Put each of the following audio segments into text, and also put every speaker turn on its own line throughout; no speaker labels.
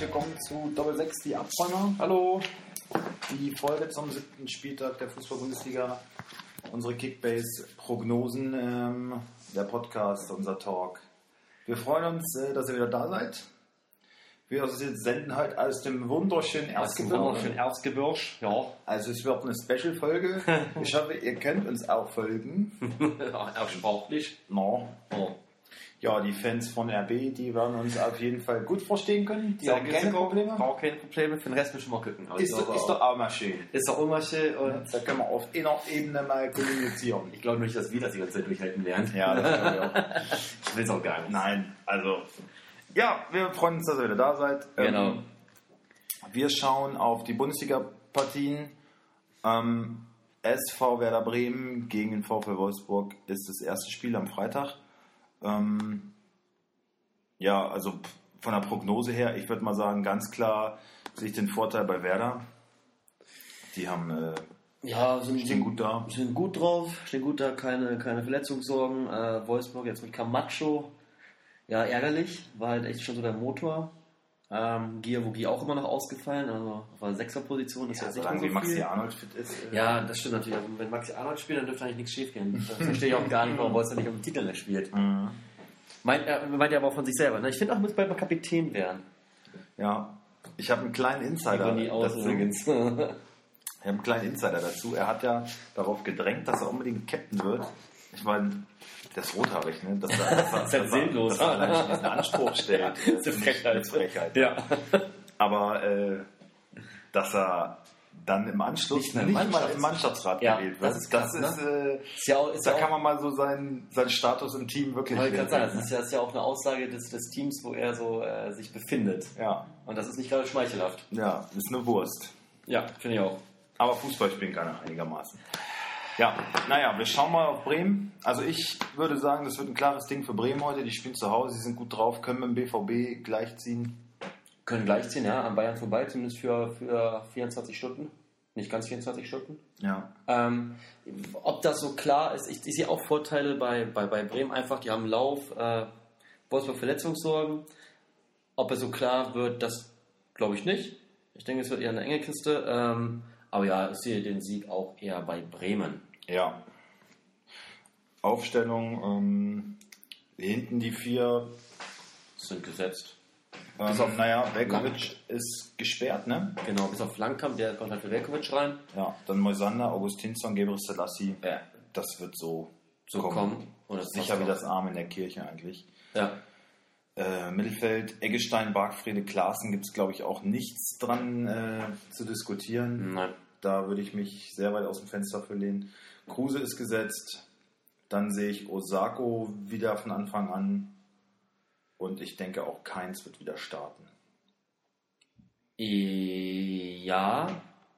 willkommen zu Doppel 6, die Abräumer.
Hallo.
Die Folge zum siebten Spieltag der Fußball-Bundesliga. Unsere Kickbase-Prognosen, ähm, der Podcast, unser Talk. Wir freuen uns, äh, dass ihr wieder da seid. Wir senden halt aus dem wunderschönen Erzgebirge.
Wunderschön Erzgebirsch. Ja.
Also es wird eine Special-Folge. Ich hoffe, ihr könnt uns auch folgen.
Auch sportlich.
No.
Ja.
Ja, die Fans von RB, die werden uns auf jeden Fall gut verstehen können. Die haben
Sagen
keine
Sie auch,
Probleme.
Auch keine Probleme. Für den Rest müssen wir gucken. Also,
Ist doch, ist doch auch mal schön.
ist doch immer schön. Und
Da können wir auf Ebene mal kommunizieren.
ich glaube nicht, dass wir das die ganze Zeit durchhalten werden.
Ja, das glaube ich auch.
Ich will es auch gar nicht.
Nein, also. Ja, wir freuen uns, dass ihr wieder da seid. Ähm,
Genau.
wir schauen auf die Bundesliga-Partien. Ähm, SV Werder Bremen gegen den VfL Wolfsburg ist das erste Spiel am Freitag. Ähm, ja, also pf, von der Prognose her, ich würde mal sagen, ganz klar sehe ich den Vorteil bei Werder. Die haben äh,
Ja, sind,
stehen
sind,
gut da.
sind gut drauf, stehen gut da, keine, keine Verletzungssorgen. Äh, Wolfsburg jetzt mit Camacho, ja, ärgerlich, war halt echt schon so der Motor. Ähm, Giavogi auch immer noch ausgefallen, also auf der Sechserposition ist
Ja,
jetzt
Also solange wie
nicht mehr so
Maxi
viel.
Arnold fit ist. äh,
Ja, das stimmt natürlich. Also, wenn Maxi Arnold spielt, dann dürfte eigentlich nichts schief gehen. Das verstehe ich auch gar nicht, warum Wolfsburg nicht um den Titel mehr spielt.
mhm.
Meint er, meint er aber auch von sich selber. Ne? Ich finde auch, er muss bald mal Kapitän werden.
Ja, ich habe einen kleinen Insider
Über die Außen
dazu.
übrigens.
Ich
ja,
habe einen kleinen Insider dazu. Er hat ja darauf gedrängt, dass er unbedingt Captain wird. Ich meine, das ist rothaarig, ne? Dass er, dass er,
ist ja
dass
sinnlos.
Er, dass er allein schon diesen Anspruch stellt.
Das ist eine Frechheit.
Eine Frechheit. Aber äh, dass er dann im Anschluss
Nicht
nicht,
mal im
mal
Mannschafts-
im Mannschaftsrat
Ja,
gewählt wird.
das ist krass,
das ist, äh,
Ist ja auch, ist
da
ja
kann
auch,
man mal so seinen, seinen Status im Team wirklich
wollte ich gerade sagen,
sehen.
das ist ja, ist ja auch eine Aussage des, des Teams, wo er so äh, sich befindet.
ne?
Ja,
Und das ist nicht gerade schmeichelhaft.
ja, ist eine Wurst.
ja finde ich auch.
Aber Fußball spielen kann er einigermaßen. Ja, naja, wir schauen mal auf Bremen. Also ich würde sagen, das wird ein klares Ding für Bremen heute. Die spielen zu Hause, sie sind gut drauf, können mit dem BVB gleichziehen.
Können gleichziehen, ja, an Bayern vorbei, zumindest für, für 24 Stunden. Nicht ganz 24 Stunden.
Ja.
Ähm, ob das so klar ist, ich, ich sehe auch Vorteile bei, bei, bei Bremen einfach, die haben einen Lauf, äh, Wolfsburg Verletzungssorgen. Ob es so klar wird, das glaube ich nicht. Ich denke, es wird eher eine enge Kiste. Ähm, aber ja, ich sehe den Sieg auch eher bei Bremen.
Ja. Aufstellung, ähm, hinten die vier.
Sind gesetzt.
Ähm, naja, Velkovic ist gesperrt, ne?
Genau, bis auf Langkamp, der kommt halt für Velkovic rein.
Ja, dann Moisander, Augustinsson, Gebre Selassie.
Ja.
Das wird so,
So kommen. Und das
Sicher
passt
wie
auch.
das Arm in der Kirche eigentlich.
Ja.
Äh, Mittelfeld, Eggestein, Bargfrede, Klaassen gibt es, glaube ich, auch nichts dran äh, zu diskutieren.
Nein.
Da würde ich mich sehr weit aus dem Fenster für lehnen. Kruse ist gesetzt. Dann sehe ich Osako wieder von Anfang an. Und ich denke, auch Keins wird wieder starten.
Äh, Ja,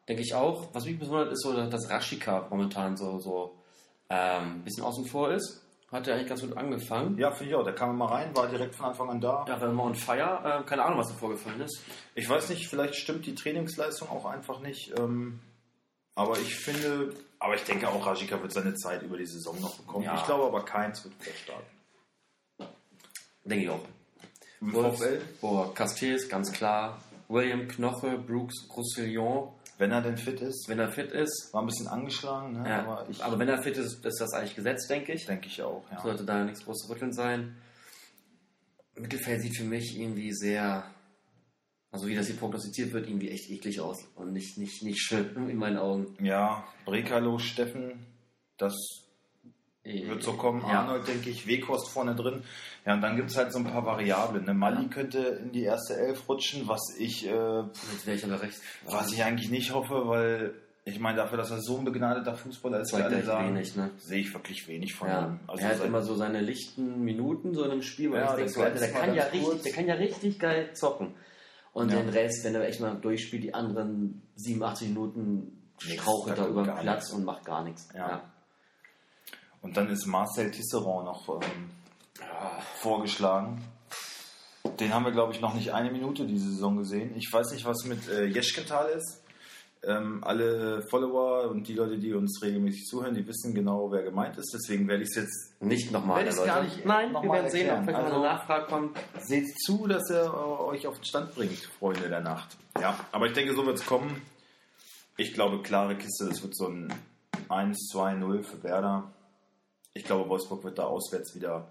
denke ich auch. Was mich besonders ist, so, dass Rashika momentan so so ähm, ein bisschen außen vor ist. Hat er eigentlich ganz gut angefangen.
Ja, finde ich auch. Der kam mal rein, war direkt von Anfang an da.
Ja, wenn man on fire, äh, keine Ahnung, was da vorgefallen ist.
Ich weiß nicht, vielleicht stimmt die Trainingsleistung auch einfach nicht. Ähm, aber ich finde, aber ich denke auch, Rajika wird seine Zeit über die Saison noch bekommen.
Ja.
Ich glaube aber, Keins wird wieder starten.
Denke ich auch.
Im VfL?
Boah, Castells, ganz klar. William, Knoche, Brooks, Roussillon,
Wenn er denn fit ist.
wenn er fit ist.
War ein bisschen angeschlagen, ne?
Ja,
aber ich
wenn er fit ist, ist das eigentlich gesetzt, denke ich.
denke ich auch. Ja.
Sollte da nichts groß zu rütteln sein. Mittelfeld sieht für mich irgendwie sehr, also wie das hier prognostiziert wird, irgendwie echt eklig aus und nicht, nicht, nicht schön in meinen Augen.
ja, Brekalo, Steffen, das wird so kommen.
Äh, Ja.
Arnold, denke ich, Wekost vorne drin. Ja, und dann gibt es halt so ein paar Variablen. Ne? Mali könnte in die erste Elf rutschen, was ich, äh,
Jetzt wäre ich aber recht.
was ich eigentlich nicht hoffe, weil ich meine, dafür, dass er so ein begnadeter Fußballer ist, wie
zeigt
alle
gleich
sagen,
wenig, ne?
sehe ich wirklich wenig von
Ja.
ihm. Also
er hat
seit-
immer so seine lichten Minuten so in einem Spiel, weil
Ja,
ich denke,
das
so, Alter, der,
letzte Mal
kann ja
ganz
richtig,
kurz.
der kann ja richtig geil zocken. Und
Ja.
den Rest, wenn er echt mal durchspielt, die anderen 87 Minuten
Nix,
strauchelt
da
er
kommt
über den
gar
Platz
nichts.
und macht gar nichts.
Ja. Und dann ist Marcel Tisserand noch ähm, vorgeschlagen. Den haben wir, glaube ich, noch nicht eine Minute diese Saison gesehen. Ich weiß nicht, was mit äh, Jeschkenthal ist. Äh, Ähm, alle Follower und die Leute, die uns regelmäßig zuhören, die wissen genau, wer gemeint ist. Deswegen werde ich es jetzt
Nicht nochmal,
Wenn ich's
Leute.
gar nicht-
Nein, wir
nochmal
werden sehen, ob
erklären.
vielleicht noch eine
Also-
Nachfrage kommt.
Seht zu, dass er äh, euch auf den Stand bringt, Freunde der Nacht. Ja, aber ich denke, so wird es kommen. Ich glaube, klare Kiste, es wird so ein 1-2-0 für Werder. Ich glaube, Wolfsburg wird da auswärts wieder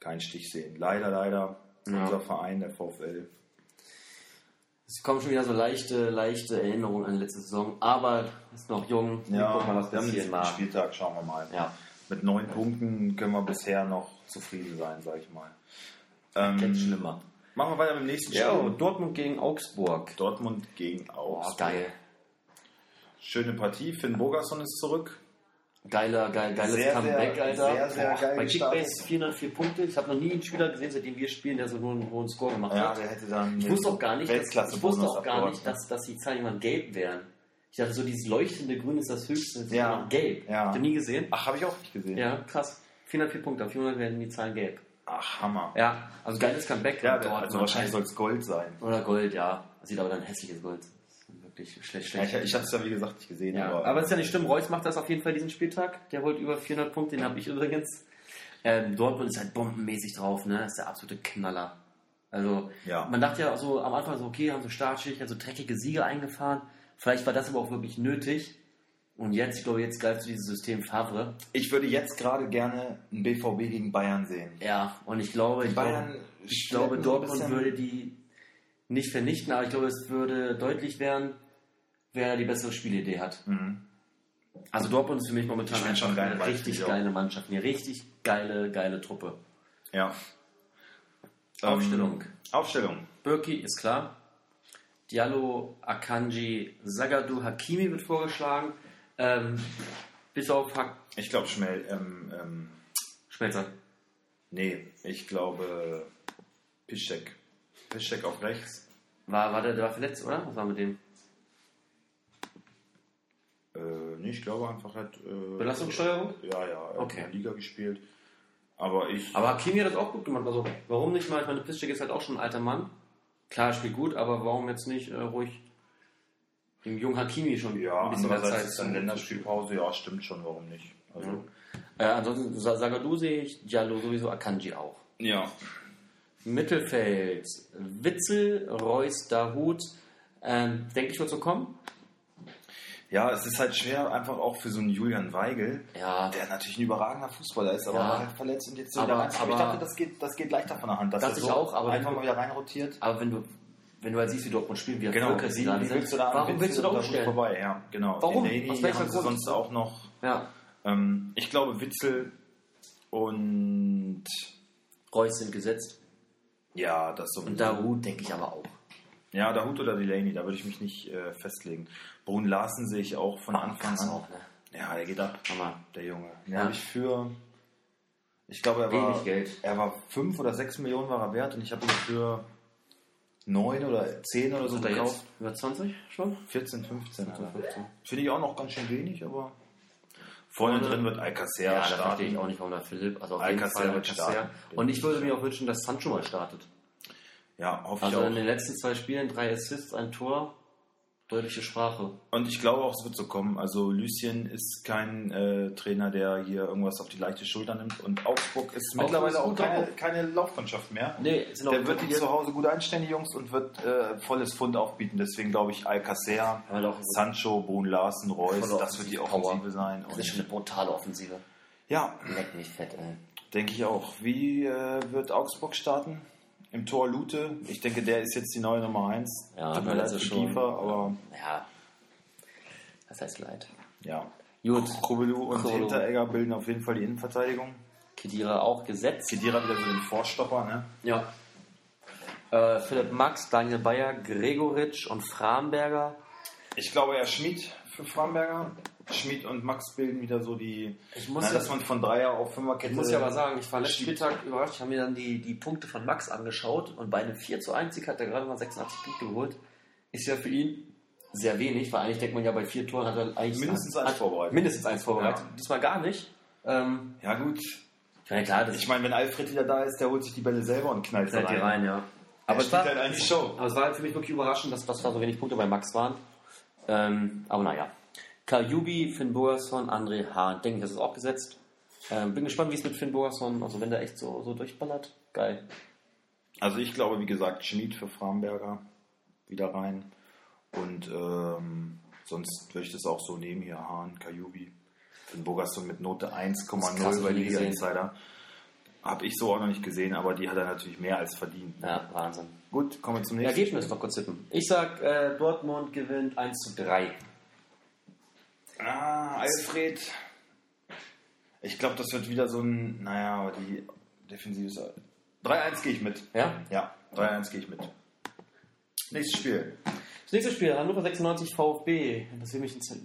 keinen Stich sehen. Leider, leider.
Ja.
Unser Verein, der VfL.
Es kommen schon wieder so leichte, leichte Erinnerungen an die letzte Saison, aber ist noch jung.
Ja,
Guck mal, was
wir haben
passieren
den
mag.
Spieltag, schauen wir mal.
Ja.
Mit neun Punkten können wir bisher noch zufrieden sein, sag ich mal. Ähm,
Jetzt schlimmer.
Machen wir weiter mit dem nächsten
Ja, oh,
Spiel.
Dortmund gegen Augsburg.
Dortmund gegen Augsburg.
Boah, Oh, geil.
Schöne Partie. Finn Bogerson ist zurück.
Geiler, geil, geiles
Sehr,
Comeback,
sehr,
Alter.
sehr, sehr
Boah,
geil
bei Kickbase
gestartet.
404 Punkte. Ich habe noch nie einen Spieler gesehen, seitdem wir spielen, der so nur einen hohen Score gemacht
Ja,
hat.
der hätte dann.
Ich wusste auch gar nicht, dass, ich wusste auch gar
Weltklasse-Bonus
nicht dass, dass die Zahlen jemand gelb wären. Ich dachte so, dieses leuchtende Grün ist das höchste. Das ist
Ja.
jemand gelb.
Ja.
Hab ich nie gesehen.
Ach, habe ich auch nicht gesehen.
Ja, krass. 404 Punkte, auf 400 werden die Zahlen gelb.
Ach, Hammer.
Ja, also geiles Comeback.
Ja,
von
der, also
Dortmund.
wahrscheinlich soll es Gold sein.
Oder Gold, ja. Sieht aber dann hässliches Gold. Wirklich schlecht,
Ja, ich
schlecht.
ich habe es ja, wie gesagt, nicht gesehen.
Ja, aber ist ja nicht schlimm. Reus macht das auf jeden Fall diesen Spieltag. Der holt über 400 Punkte, den habe ich übrigens. Ähm, Dortmund ist halt bombenmäßig drauf, ne? Das ist der absolute Knaller. Also,
Ja.
man dachte ja so am Anfang so, okay, haben so Startschicht, also dreckige Siege eingefahren. Vielleicht war das aber auch wirklich nötig. Und jetzt, ich glaube, jetzt greift zu dieses System Favre.
ich würde jetzt gerade gerne ein BVB gegen Bayern sehen.
Ja, und ich glaube, ich
Bayern
glaube, ich glaube
schleppen so ein
Dortmund
bisschen-
würde die nicht vernichten, aber ich glaube, es würde deutlich werden, wer da die bessere Spielidee hat.
Mhm.
Also Dortmund ist für mich momentan
Ich find schon
einfach
geil,
eine
weil
richtig
ich auch-
geile Mannschaft, eine richtig geile, geile Truppe.
Ja.
Aufstellung.
Ähm, Aufstellung.
Birki ist klar. Diallo, Akanji, Sagadu, Hakimi wird vorgeschlagen. Ähm, bis auf Hak
Ich glaube, Schmel. Ähm, ähm,
Schmelzer.
nee, ich glaube Pischek. Pischek auf rechts.
War, war der, der war verletzt, oder? Was war mit dem?
Äh, nee, ich glaube einfach hat. Äh,
Belastungssteuerung?
Ja, ja. er hat
Okay.
in der Liga gespielt. Aber ich.
Aber Hakimi hat das auch gut gemacht. Also, warum nicht mal? Ich meine, Piszczek ist halt auch schon ein alter Mann. Klar, er spielt gut, aber warum jetzt nicht äh, ruhig dem jungen Hakimi schon
Ja,
ein bisschen mehr
andererseits
Zeit
ist dann Länderspielpause, ja, stimmt schon, warum nicht? Also,
Äh, ansonsten, Sa- Sagadu sehe ich, Diallo sowieso, Akanji auch.
ja.
Mittelfeld, Witzel, Reus, Dahut. Ähm, denke ich, wird so kommen?
Ja, es ist halt schwer, einfach auch für so einen Julian Weigel,
Ja,
der natürlich ein überragender Fußballer ist, aber
Ja.
war halt verletzt und jetzt so
Aber-
wieder rein. Aber ich
aber-
dachte, das geht, das geht leichter von der Hand. dass
Das
er
ich auch, aber
Einfach
wenn du-
mal wieder reinrotiert.
aber wenn du, wenn du halt siehst, wie Dortmund spielen, wie
Genau,
erfolgreich
wie,
sie gerade
wie
sind,
willst du da
warum willst du da
da
umstellen?
vorbei? Ja, genau.
Warum?
Delaney
Aus welchem
haben sie
Grund?
sonst auch noch.
Ja,
Ähm, ich glaube, Witzel und
Reus sind gesetzt
ja, das so.
und Dahut denke ich aber auch.
Ja, Dahut oder Delaney, da würde ich mich nicht äh, festlegen. Brun Larsen sehe ich auch von Anfang
Krass
an.
auch, ne?
Ja, der geht ab.
Hammer.
Der Junge. Den
Ja.
habe ich für. Ich glaube, er
Wenig
war.
Geld.
Er war 5 oder 6 Millionen war er wert und ich habe ihn für 9 oder 10 oder so
Hat er
gekauft.
jetzt über 20 schon?
14, 15. hat er.
15.
Finde ich auch noch ganz schön wenig, aber. Vorne
Vorne-
drin wird Alcacer
Ja, da verstehe ich
starten.
auch nicht, warum da Philipp, also auf
Alcacer
jeden Fall
wird
Alcacer.
starten.
Und ich würde mir auch wünschen, dass Sancho mal startet.
Ja, hoffe
Also in
ich auch.
den letzten zwei Spielen drei Assists, ein Tor, deutliche Sprache.
Und ich glaube auch, es wird so kommen. Also Lucien ist kein äh, Trainer, der hier irgendwas auf die leichte Schulter nimmt. Und Augsburg ist mittlerweile
ist
auch
gut
keine,
drauf.
keine Laufmannschaft mehr.
Nee, sind
Der wird die zu Hause gut einstellen, die Jungs, und wird äh, volles Pfund aufbieten. Deswegen glaube ich, Alcacer,
Aber doch-
Sancho, Brun Larsen, Reus,
Volle
das wird die
Offensive
Offensive sein.
Das ist schon
Und,
eine brutale Offensive.
ja,
Leck mich fett, ey.
denke ich auch. Wie äh, wird Augsburg starten? Im Tor Lute. Ich denke, der ist jetzt die neue Nummer 1.
Ja,
Tut mir
der
leid
ist
für
schon-
Kiefer, aber
Ja. Das heißt leid.
ja.
Gut,
Kobelu und
Kobelu.
Hinteregger bilden auf jeden Fall die Innenverteidigung.
Kedira auch gesetzt.
Kedira wieder so den Vorstopper, ne?
Ja. Äh, Philipp Max, Daniel Bayer, Gregoritsch und Framberger.
Ich glaube eher Schmid für Framberger. Schmid und Max bilden wieder so die.
Ich muss
Nein,
ja-
dass man von Dreier auf Fünferkette.
Ich muss ja aber sagen, ich war letzten
Stimmt.
Spieltag überrascht. Ich habe mir dann die, die Punkte von Max angeschaut und bei einem 4 zu 1 Sieg hat er gerade mal 86 Punkte geholt. Ist ja für ihn sehr wenig, weil eigentlich denkt man ja, bei vier Toren hat er eigentlich
Mindestens eins
hat-
vorbereitet.
Mindestens eins vorbereitet.
Ja.
Diesmal gar nicht. Ähm,
Ja, gut.
ja, klar, das
Ich meine, wenn Alfred wieder da ist, der holt sich die Bälle selber und knallt sie
halt die
rein.
rein, ja.
Aber
Aber
er
es,
spielt
war,
halt eigentlich Show.
aber es war halt für mich wirklich überraschend, dass, dass da so wenig Punkte bei Max waren. Ähm, aber naja. Kajubi, Finn Bogason, André Hahn. Denke ich, das ist auch gesetzt. Ähm, bin gespannt, wie es mit Finn Bogason, also wenn der echt so, so durchballert. Geil.
Also ich glaube, wie gesagt, Schmied für Framberger wieder rein. Und ähm, sonst würde ich das auch so nehmen hier, Hahn, Kajubi. Finn Bogason mit Note
Das ist krass,
1,0 bei
hab ich nie
Liga
gesehen.
Insider. Habe ich so auch noch nicht gesehen, aber die hat er natürlich mehr als verdient. ne?
Ja, Wahnsinn.
Gut, kommen wir zum nächsten.
Ergebnis noch kurz tippen. Ich sag, äh, Dortmund gewinnt 1 zu 3.
Ah, Alfred. Ich glaube, das wird wieder so ein, naja, aber die defensive ist. 3-1 gehe ich mit.
Ja?
Ja, 3-1 gehe ich mit. Nächstes Spiel.
Das nächste Spiel, Hannover 96 VfB. Das ist für mich ein Z-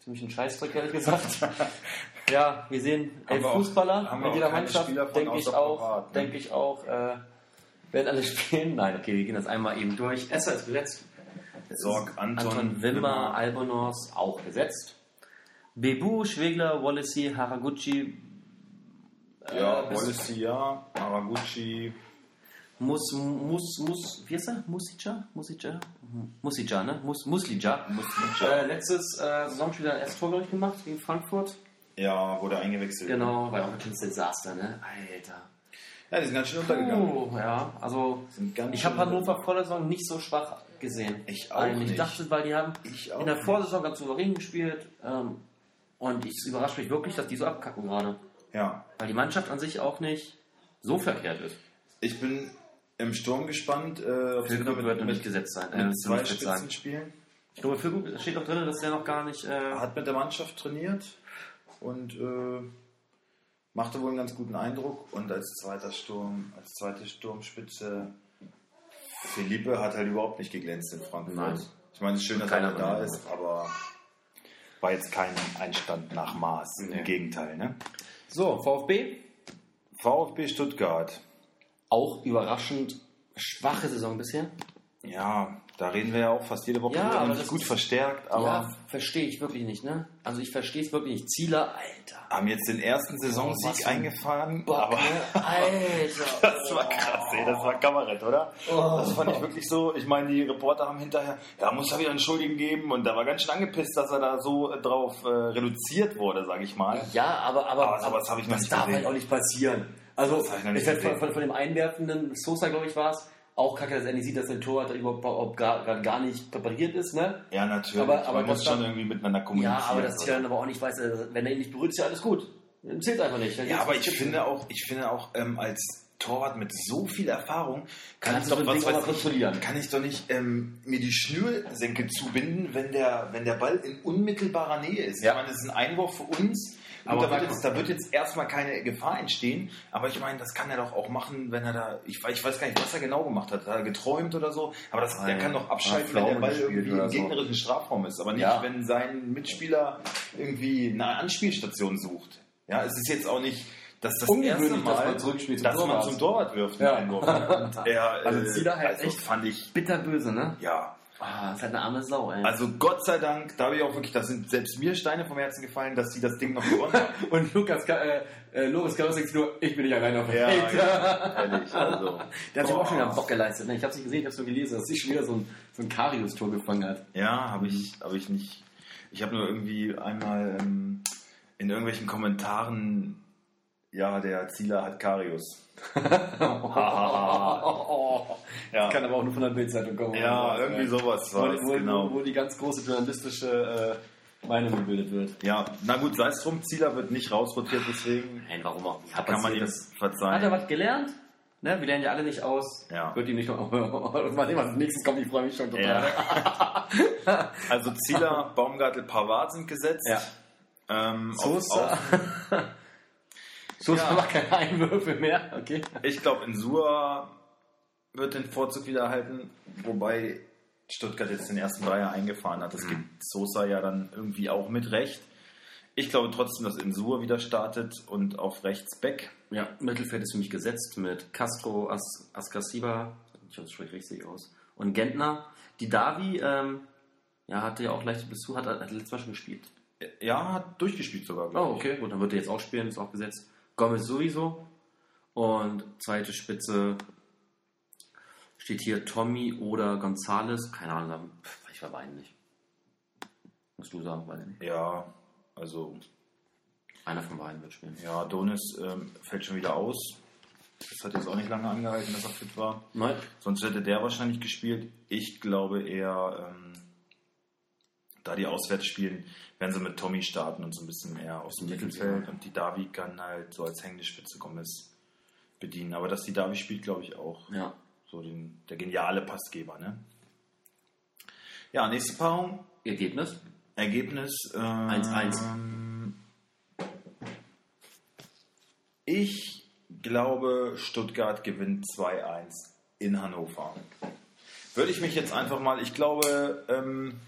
ziemlich ein Scheißdreck, ehrlich gesagt. ja, wir sehen elf
wir auch-
Fußballer
haben wir
in
auch
jeder
keine
Mannschaft,
Spieler von
denke ich,
außer
auch,
Parat, ne?
denke ich auch, äh, werden alle spielen. Nein, okay, wir gehen das einmal eben durch. Esser ist gesetzt.
Sorg, Anton,
Anton Wimmer, Albonos auch gesetzt. Bebu, Schwegler, Wallacey, Haraguchi,
Wimmer. Ja,
äh,
Wallacey, ja. Maraguchi.
Mus, Mus, Mus, wie heißt er? Musija? Musija? Musija, ne? Mus, Muslija. Äh, letztes äh, Saisonspiel hat er erst Tor, glaube ich, gemacht gegen Frankfurt.
Ja, wurde eingewechselt.
Genau, war ja auch ein kleines Desaster, ne? Alter.
Ja, die sind ganz schön untergegangen.
Oh, ja, also
Sind ganz
ich
schön
habe Hannover vor der Saison nicht so schwach gesehen.
Ich auch
Eigentlich. Ich
nicht.
dachte, weil die haben
Ich auch
in der Vorsaison ganz souverän gespielt ähm, und ich- es überrascht mich wirklich, dass die so abkacken gerade.
Ja.
Weil die Mannschaft an sich auch nicht so verkehrt ist.
Ich bin im Sturm gespannt, äh, ob sie wieder mit,
Füllkrug Also, wird noch
mit,
nicht gesetzt sein. äh,
mit zwei
nicht fit sein.
Spitzen spielen.
Ich glaube, Füllkrug es steht auch drin, dass der noch gar nicht.
Er
Äh,
hat mit der Mannschaft trainiert und äh, machte wohl einen ganz guten Eindruck. Und als zweiter Sturm, als zweite Sturmspitze, Felipe hat halt überhaupt nicht geglänzt in Frankfurt.
Nein.
Ich meine, es ist schön, dass
Keiner
er da
von
ist, aber war jetzt kein Einstand nach Maß.
Nee.
Im Gegenteil, ne?
so, VfB.
VfB Stuttgart.
Auch überraschend schwache Saison bisher.
Ja, da reden wir ja auch fast jede Woche
Ja,
drüber,
aber
haben
das
sich gut
ist-
verstärkt, aber
ja, verstehe ich wirklich nicht, ne? Also ich verstehe es wirklich nicht. Zieler, Alter.
haben jetzt den ersten
Oh, was
Saisonsieg
für ein
eingefahren.
Bock,
aber
ne? Alter.
Das war krass, ey. Das war Kabarett, oder? Das fand ich wirklich so. Ich meine, die Reporter haben hinterher, da muss er wieder einen Schuldigen geben. Und da war ganz schön angepisst, dass er da so äh, drauf äh, reduziert wurde, sag ich mal.
Ja, aber, aber,
Aber sowas hab ich noch
das
nicht
darf
gesehen.
halt auch nicht passieren. Also,
Das hab ich noch nicht
ich werd von,
gesehen.
von, von dem einwerfenden Sosa, glaube ich, war es, auch kacke, dass er nicht sieht, dass sein Torwart da überhaupt überhaupt gar, gar, gar nicht präpariert ist, ne?
Ja, natürlich.
Aber- aber
Man muss
das war-
schon irgendwie miteinander kommunizieren.
Ja, aber dass
oder?
Zieler dann aber auch nicht weiß, dass- wenn er ihn nicht berührt, ist ja alles gut. Dann Zählt einfach nicht. Dann
ja, aber
gibt's-
ich finde auch, ich finde auch ähm, als Torwart mit so viel Erfahrung kann
Kannst
ich
du
doch,
das Ding
was
auch mal
weiß
kontrollieren.
ich, kann ich doch nicht ähm, mir die Schnürsenkel zubinden, wenn der, wenn der Ball in unmittelbarer Nähe ist.
Ja.
Ich meine, das ist ein Einwurf für uns.
Aber
Aber da wird,
warte
jetzt, da wird jetzt erstmal keine Gefahr entstehen. Aber ich meine, das kann er doch auch machen, wenn er da. Ich, we- ich weiß gar nicht, was er genau gemacht hat. Hat er geträumt oder so? Aber das,
Nein.
der kann doch abschalten, wenn
Hat
der
Pflaumen
Ball
gespielt
irgendwie
oder
im
so.
gegnerischen Strafraum ist. Aber nicht,
Ja.
wenn sein Mitspieler irgendwie eine Anspielstation sucht. Ja, es ist jetzt auch nicht, dass das
Ungewöhnlich,
erste Mal,
dass man zurückspielt zum
dass man
Torwart.
zum Torwart wirft.
Ja.
einen Einwurf. Und er,
Also
äh,
Zieler halt
also
echt-
fand ich,
Bitterböse, ne?
ja.
Ah, ist halt eine arme Sau, ey.
Also Gott sei Dank, da habe ich auch wirklich, da sind selbst mir Steine vom Herzen gefallen, dass die das Ding noch gewonnen haben.
Und Lukas, Ka- äh, äh, Loris Karus sagt nur, ich bin nicht allein auf der
Ja,
Welt.
ja, ehrlich, also.
Der hat sich auch schon wieder
Boah.
einen Bock geleistet. Ne? Ich hab's nicht gesehen, ich hab's nur gelesen, dass sich schon wieder so ein, so ein Karius-Tor gefangen hat.
Ja, habe ich, hab ich nicht. Ich habe nur irgendwie einmal ähm, in irgendwelchen Kommentaren, ja, der Zieler hat Karius.
Das kann aber auch nur von der Bildzeitung kommen.
Ja, irgendwie sowas
Wo,
war es,
wo,
genau.
wo die ganz große journalistische äh, Meinung gebildet wird.
Ja, na gut, sei es drum, Zieler wird nicht rausrotiert, deswegen
Nein, warum auch?
da kann man ihm
Hat er
verzeihen.
was gelernt? Ne, wir lernen ja alle nicht aus.
Ja.
Wird ihm nicht noch. Mal sehen, was als nächstes kommt. Ich freue mich schon total.
Ja. also Zieler, Baumgartel, Pavard sind gesetzt.
Ja.
Ähm, auf,
Sosa.
auf,
Sosa
Ja.
macht keine Einwürfe mehr. Okay.
ich glaube, Insua wird den Vorzug wieder erhalten, wobei Stuttgart jetzt den ersten Dreier eingefahren hat.
Mhm.
Das gibt Sosa ja dann irgendwie auch mit Recht. Ich glaube trotzdem, dass Insua wieder startet und auf rechts Beck.
Ja, Mittelfeld ist für mich gesetzt mit Castro, As Ascasiba, ich hoffe, das spricht richtig aus, und Gentner. Die Davi, ähm, ja, hatte ja auch leichte Blessur, hat, hat letztes Mal schon gespielt.
äh, Ja, hat durchgespielt sogar. glaub
Oh,
ich.
okay, gut, dann wird er jetzt auch spielen, ist auch gesetzt. Gomez sowieso. Und zweite Spitze steht hier Tommy oder Gonzales. Keine Ahnung, ich war beiden nicht. Musst du sagen, weil nicht.
Ja, also
Einer von beiden wird spielen.
ja, Donis ähm, fällt schon wieder aus. Das hat jetzt auch nicht lange angehalten, dass er fit war.
Nein.
Sonst hätte der wahrscheinlich gespielt. Ich glaube eher, ähm, da die auswärts spielen, werden sie mit Tommy starten und so ein bisschen eher aus dem Mittelfeld. Und die Davi kann halt so als hängende Spitze Gomez bedienen. Aber dass die Davi spielt, glaube ich auch.
Ja.
So den, der geniale Passgeber, ne? Ja, nächste Paarung.
Ergebnis?
Ergebnis. ähm, 1-1. ich glaube, Stuttgart gewinnt 2-1 in Hannover. Würde ich mich jetzt einfach mal, ich glaube, ähm,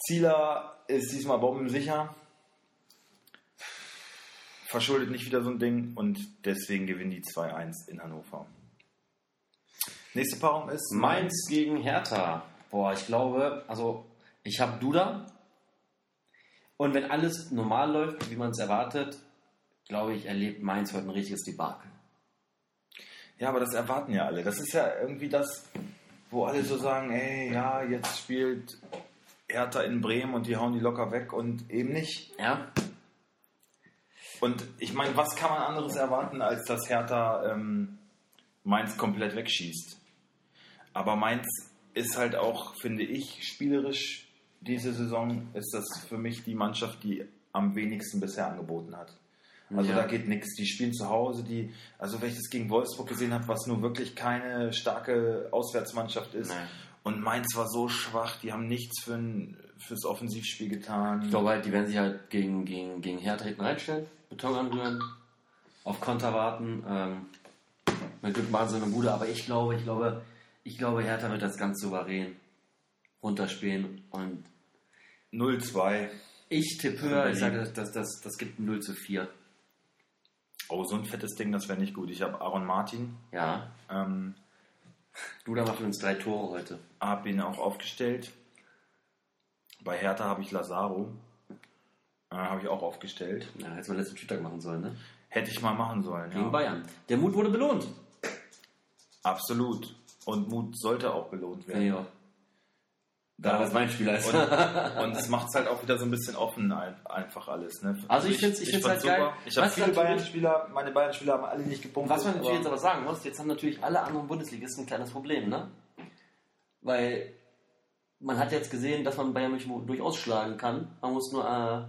Zieler ist diesmal bombensicher. Verschuldet nicht wieder so ein Ding und deswegen gewinnen die 2-1 in Hannover. Nächste Paarung ist
Mainz gegen Hertha. Boah, ich glaube, also ich habe Duda. Und wenn alles normal läuft, wie man es erwartet, glaube ich, erlebt Mainz heute ein richtiges Debakel.
Ja, aber das erwarten ja alle. Das ist ja irgendwie das, wo alle so sagen, ey, ja, jetzt spielt Hertha in Bremen und die hauen die locker weg und eben nicht.
Ja?
Und ich meine, was kann man anderes erwarten, als dass Hertha ähm, Mainz komplett wegschießt? Aber Mainz ist halt auch, finde ich, spielerisch diese Saison ist das für mich die Mannschaft, die am wenigsten bisher angeboten hat. Also
Ja.
da geht nichts. Die spielen zu Hause, die, also wenn ich das gegen Wolfsburg gesehen habe, was nun wirklich keine starke Auswärtsmannschaft ist.
Nein.
Und Mainz war so schwach, die haben nichts für ein, fürs Offensivspiel getan.
Ich glaube halt, die werden sich halt gegen, gegen, gegen Hertha hinten reinstellen, Beton anrühren, auf Konter warten. Ähm, mit Glück machen sie eine gute, aber ich glaube, ich glaube, ich glaube, Hertha wird das ganz souverän runterspielen und Also
0-2.
ich tippe, ich sage, das, das, das, das gibt ein 0 zu 4.
Oh, so ein fettes Ding, das wäre nicht gut. Ich habe Aaron Martin.
Ja.
Ähm,
Duda macht uns drei Tore heute.
habe ihn auch aufgestellt. Bei Hertha habe ich Lazaro. Äh, habe ich auch aufgestellt.
Ja, hätte man letzten Spieltag machen sollen, ne?
Hätte ich mal machen sollen.
Gegen
Ja.
Bayern. Der Mut wurde belohnt.
Absolut. Und Mut sollte auch belohnt werden.
Ja. Da war also. es mein Spieler. ist.
Und, und es macht es halt auch wieder so ein bisschen offen ein- einfach alles. Ne?
Also ich find's- ich find's
fand's super.
halt geil.
Ich habe
Was
viele
natürlich-
Bayern-Spieler, meine Bayern-Spieler haben alle nicht gepumpt.
Was man natürlich jetzt aber sagen muss, jetzt haben natürlich alle anderen Bundesligisten ein kleines Problem, ne? Weil man hat jetzt gesehen, dass man Bayern München durchaus schlagen kann. Man muss nur äh,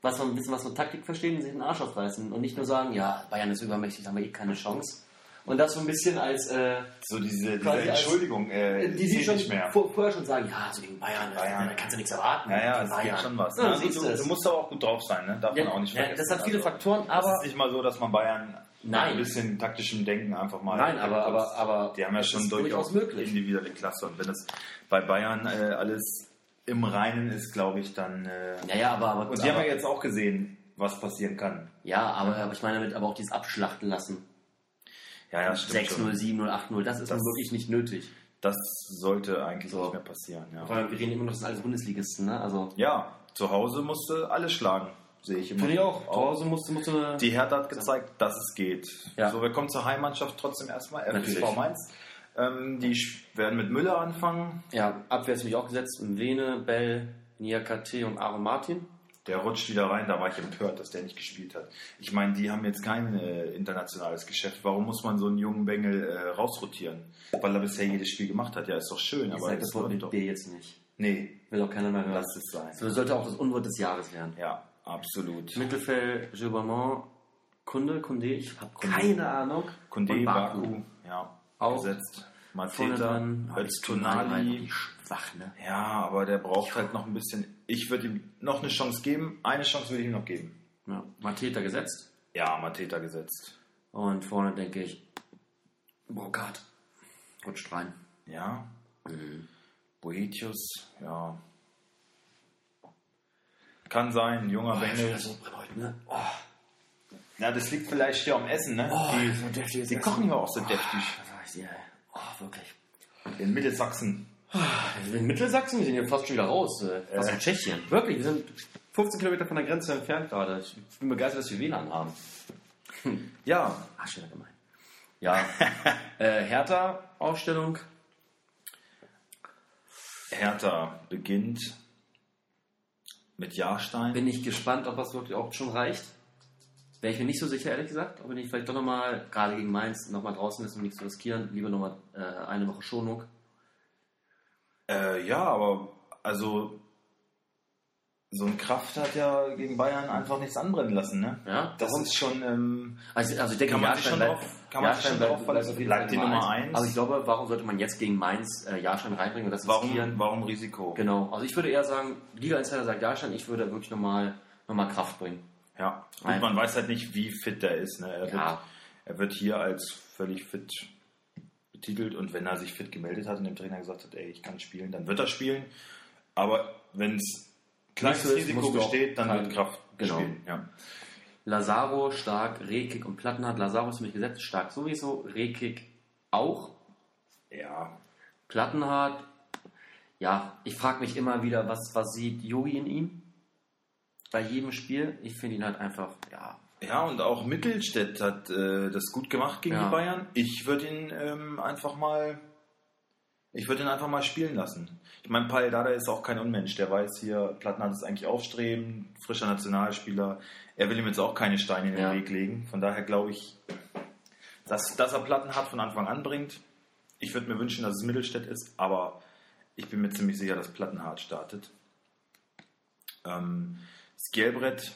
was man, ein bisschen was von Taktik verstehen und sich den Arsch aufreißen und nicht nur sagen, ja, Bayern ist übermächtig, da haben wir eh keine Chance. Und das so ein bisschen als äh,
so diese, diese
Quasi als-
Entschuldigung, äh,
die sie
geht
schon
nicht mehr.
vor, vorher schon sagen, ja, so gegen Bayern, also,
Bayern.
da kannst du nichts erwarten.
Ja, ja,
gegen
es gibt
Bayern.
schon was.
Ja,
ne?
siehst du
du,
es.
du musst aber auch gut drauf sein, ne? darf
Ja,
man auch nicht
ja,
vergessen.
das hat viele
Also-
Faktoren,
es ist
aber.
nicht mal so, dass man Bayern
Nein.
ein bisschen taktischem Denken einfach mal.
Nein, aber, aber, aber.
die haben ja
das
schon
ist
durchaus
möglich.
individuelle Klasse. Und wenn das bei Bayern äh, alles im Reinen ist, glaube ich, dann. Äh,
Ja, ja, aber. aber
und die haben
aber,
ja jetzt auch gesehen, was passieren kann.
ja, aber, aber ich meine damit aber auch dieses Abschlachten lassen.
Ja, ja, stimmt.
6-0,
Schon.
7-0, 8-0, das ist
Das-
nun wirklich nicht nötig.
Das sollte eigentlich
So.
nicht mehr passieren. Ja.
Weil wir reden immer noch, das sind alles Bundesligisten, ne? Also.
ja, zu Hause musste alles schlagen, sehe ich immer.
Zu Hause musst du. Musst du eine
Die Hertha hat gezeigt, dass es geht.
Ja.
So, wir kommen zur Heimmannschaft trotzdem erstmal,
Natürlich.
FSV Mainz. Ähm, die sch- werden mit Müller anfangen.
ja, Abwehr ist mich auch gesetzt. Lene, Bell, Niakate und Aaron Martin.
Der rutscht wieder rein, da war ich empört, dass der nicht gespielt hat. Ich meine, die haben jetzt kein äh, internationales Geschäft. Warum muss man so einen jungen Bengel äh, rausrotieren? Weil er bisher jedes Spiel gemacht hat. Ja, ist doch schön,
Ich
aber
sage
das
das Wort
läuft
mit
doch.
B jetzt nicht.
Nee,
Will auch keiner mehr hören.
lass es sein.
Das sollte auch das Unwort des Jahres werden.
Ja, absolut.
Mittelfeld, Gilbermont, Kunde, Kunde, ich habe keine Ahnung.
Kunde,
Und
Baku, ja,
Auch.
gesetzt.
Vorne
Mateta,
dran,
Öztunali,
schwach, ne?
Ja, aber der braucht halt noch ein bisschen. Ich würde ihm noch eine Chance geben. Eine Chance würde ich ihm noch geben.
Ja, Mateta gesetzt.
Ja, Mateta gesetzt.
Und vorne denke ich, Brokart rutscht rein.
Ja.
Mhm.
Boetius, ja. Kann sein, junger Bengel. ne?
Oh,
Ja, das liegt vielleicht hier am Essen, ne? die
deftig
die kochen ja auch so deftig.
Oh, wirklich.
In Mittelsachsen.
Also in Mittelsachsen, wir sind hier fast schon wieder raus. äh, Fast in Tschechien. Wirklich, wir sind 15 Kilometer von der Grenze entfernt gerade. Ich bin begeistert, dass wir WLAN haben.
Ja,
Ach, schön gemein. Ja. äh, Hertha, Aufstellung.
Hertha beginnt Mit Jahrstein.
Bin ich gespannt, ob das wirklich auch schon reicht. Wäre ich mir nicht so sicher, ehrlich gesagt, ob er nicht vielleicht doch nochmal, gerade gegen Mainz, nochmal draußen ist, um nichts zu riskieren. Lieber nochmal äh, eine Woche Schonung.
Äh, ja, aber also so ein Kraft hat ja gegen Bayern einfach nichts anbrennen lassen, ne?
Ja,
Das
warum?
ist schon, ähm,
Also, also ich denke,
Kann man sich
Jahrstein
schon
bleibt-
drauf- kann man sich schon
Jahrstein
drauf verlassen.
auf jeden
Bleibt
Fall
die Nummer eins.
Aber Also ich glaube, warum sollte man jetzt gegen Mainz äh, Jahrstein reinbringen und das riskieren?
warum, warum Risiko?
Genau. Also ich würde eher sagen, Liga Insider sagt Jahrstein, ich würde wirklich nochmal noch mal Kraft bringen.
Ja.
Nein.
Und man weiß halt nicht, wie fit der ist, ne? Er,
Ja.
wird, er wird hier als völlig fit betitelt und wenn er sich fit gemeldet hat und dem Trainer gesagt hat, ey, ich kann spielen, dann wird er spielen. Aber wenn es kleines
Nicht so ist,
Risiko
musst du auch
besteht, dann
kein-
wird Kraft
Genau.
spielen. Ja.
Lazaro stark, Rekik und Plattenhardt. Lazaro ist für mich gesetzt stark sowieso, Rekik auch.
ja.
Plattenhardt, ja, ich frage mich immer wieder, was, was sieht Yogi in ihm? Bei jedem Spiel. Ich finde ihn halt einfach, ja,
Ja, und auch Mittelstädt hat äh, das gut gemacht gegen
Ja.
die Bayern. Ich würde ihn ähm, einfach mal. Ich würde ihn einfach mal spielen lassen. Ich meine, Paul Dada ist auch kein Unmensch. Der weiß hier, Plattenhardt ist eigentlich aufstrebend, frischer Nationalspieler. Er will ihm jetzt auch keine Steine in den
Ja.
Weg legen. Von daher glaube ich, dass, dass er Plattenhardt von Anfang an bringt. Ich würde mir wünschen, dass es Mittelstädt ist, aber ich bin mir ziemlich sicher, dass Plattenhardt startet. Ähm, das Gelbrett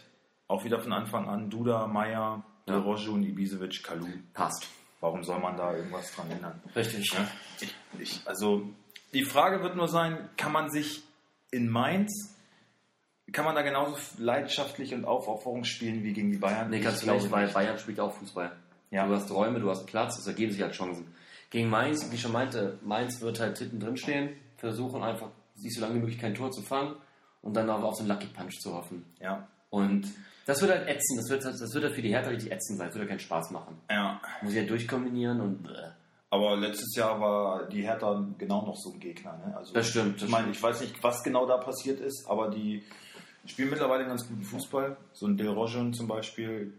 auch wieder von Anfang an. Duda, Meier,
Ja.
ja. und Ibisevic, Kalu.
passt.
Warum soll man da irgendwas dran ändern?
Richtig.
Ja, ich, ich, also die Frage wird nur sein, kann man sich in Mainz, kann man da genauso leidenschaftlich und Aufopferung spielen wie gegen die Bayern?
Nee, kannst
Ich
du nicht,
glaube
weil Bayern spielt ja auch Fußball.
Ja.
Du hast Räume, du hast Platz, es ergeben sich halt Chancen. Gegen Mainz, wie ich schon meinte, Mainz wird halt hinten drin stehen, versuchen einfach, sich so lange wie möglich kein Tor zu fangen und dann aber auf so einen Lucky Punch zu hoffen.
Ja.
Und das wird halt ätzen, das wird, das wird halt für die Hertha richtig ätzen sein, das wird halt keinen Spaß machen.
ja.
Muss ich halt durchkombinieren und äh,
Aber letztes Jahr war die Hertha genau noch so ein Gegner. Ne? Also
Das stimmt, das
ich meine,
stimmt.
ich weiß nicht, was genau da passiert ist, aber die spielen mittlerweile einen ganz guten Fußball. So ein Del Rojon zum Beispiel,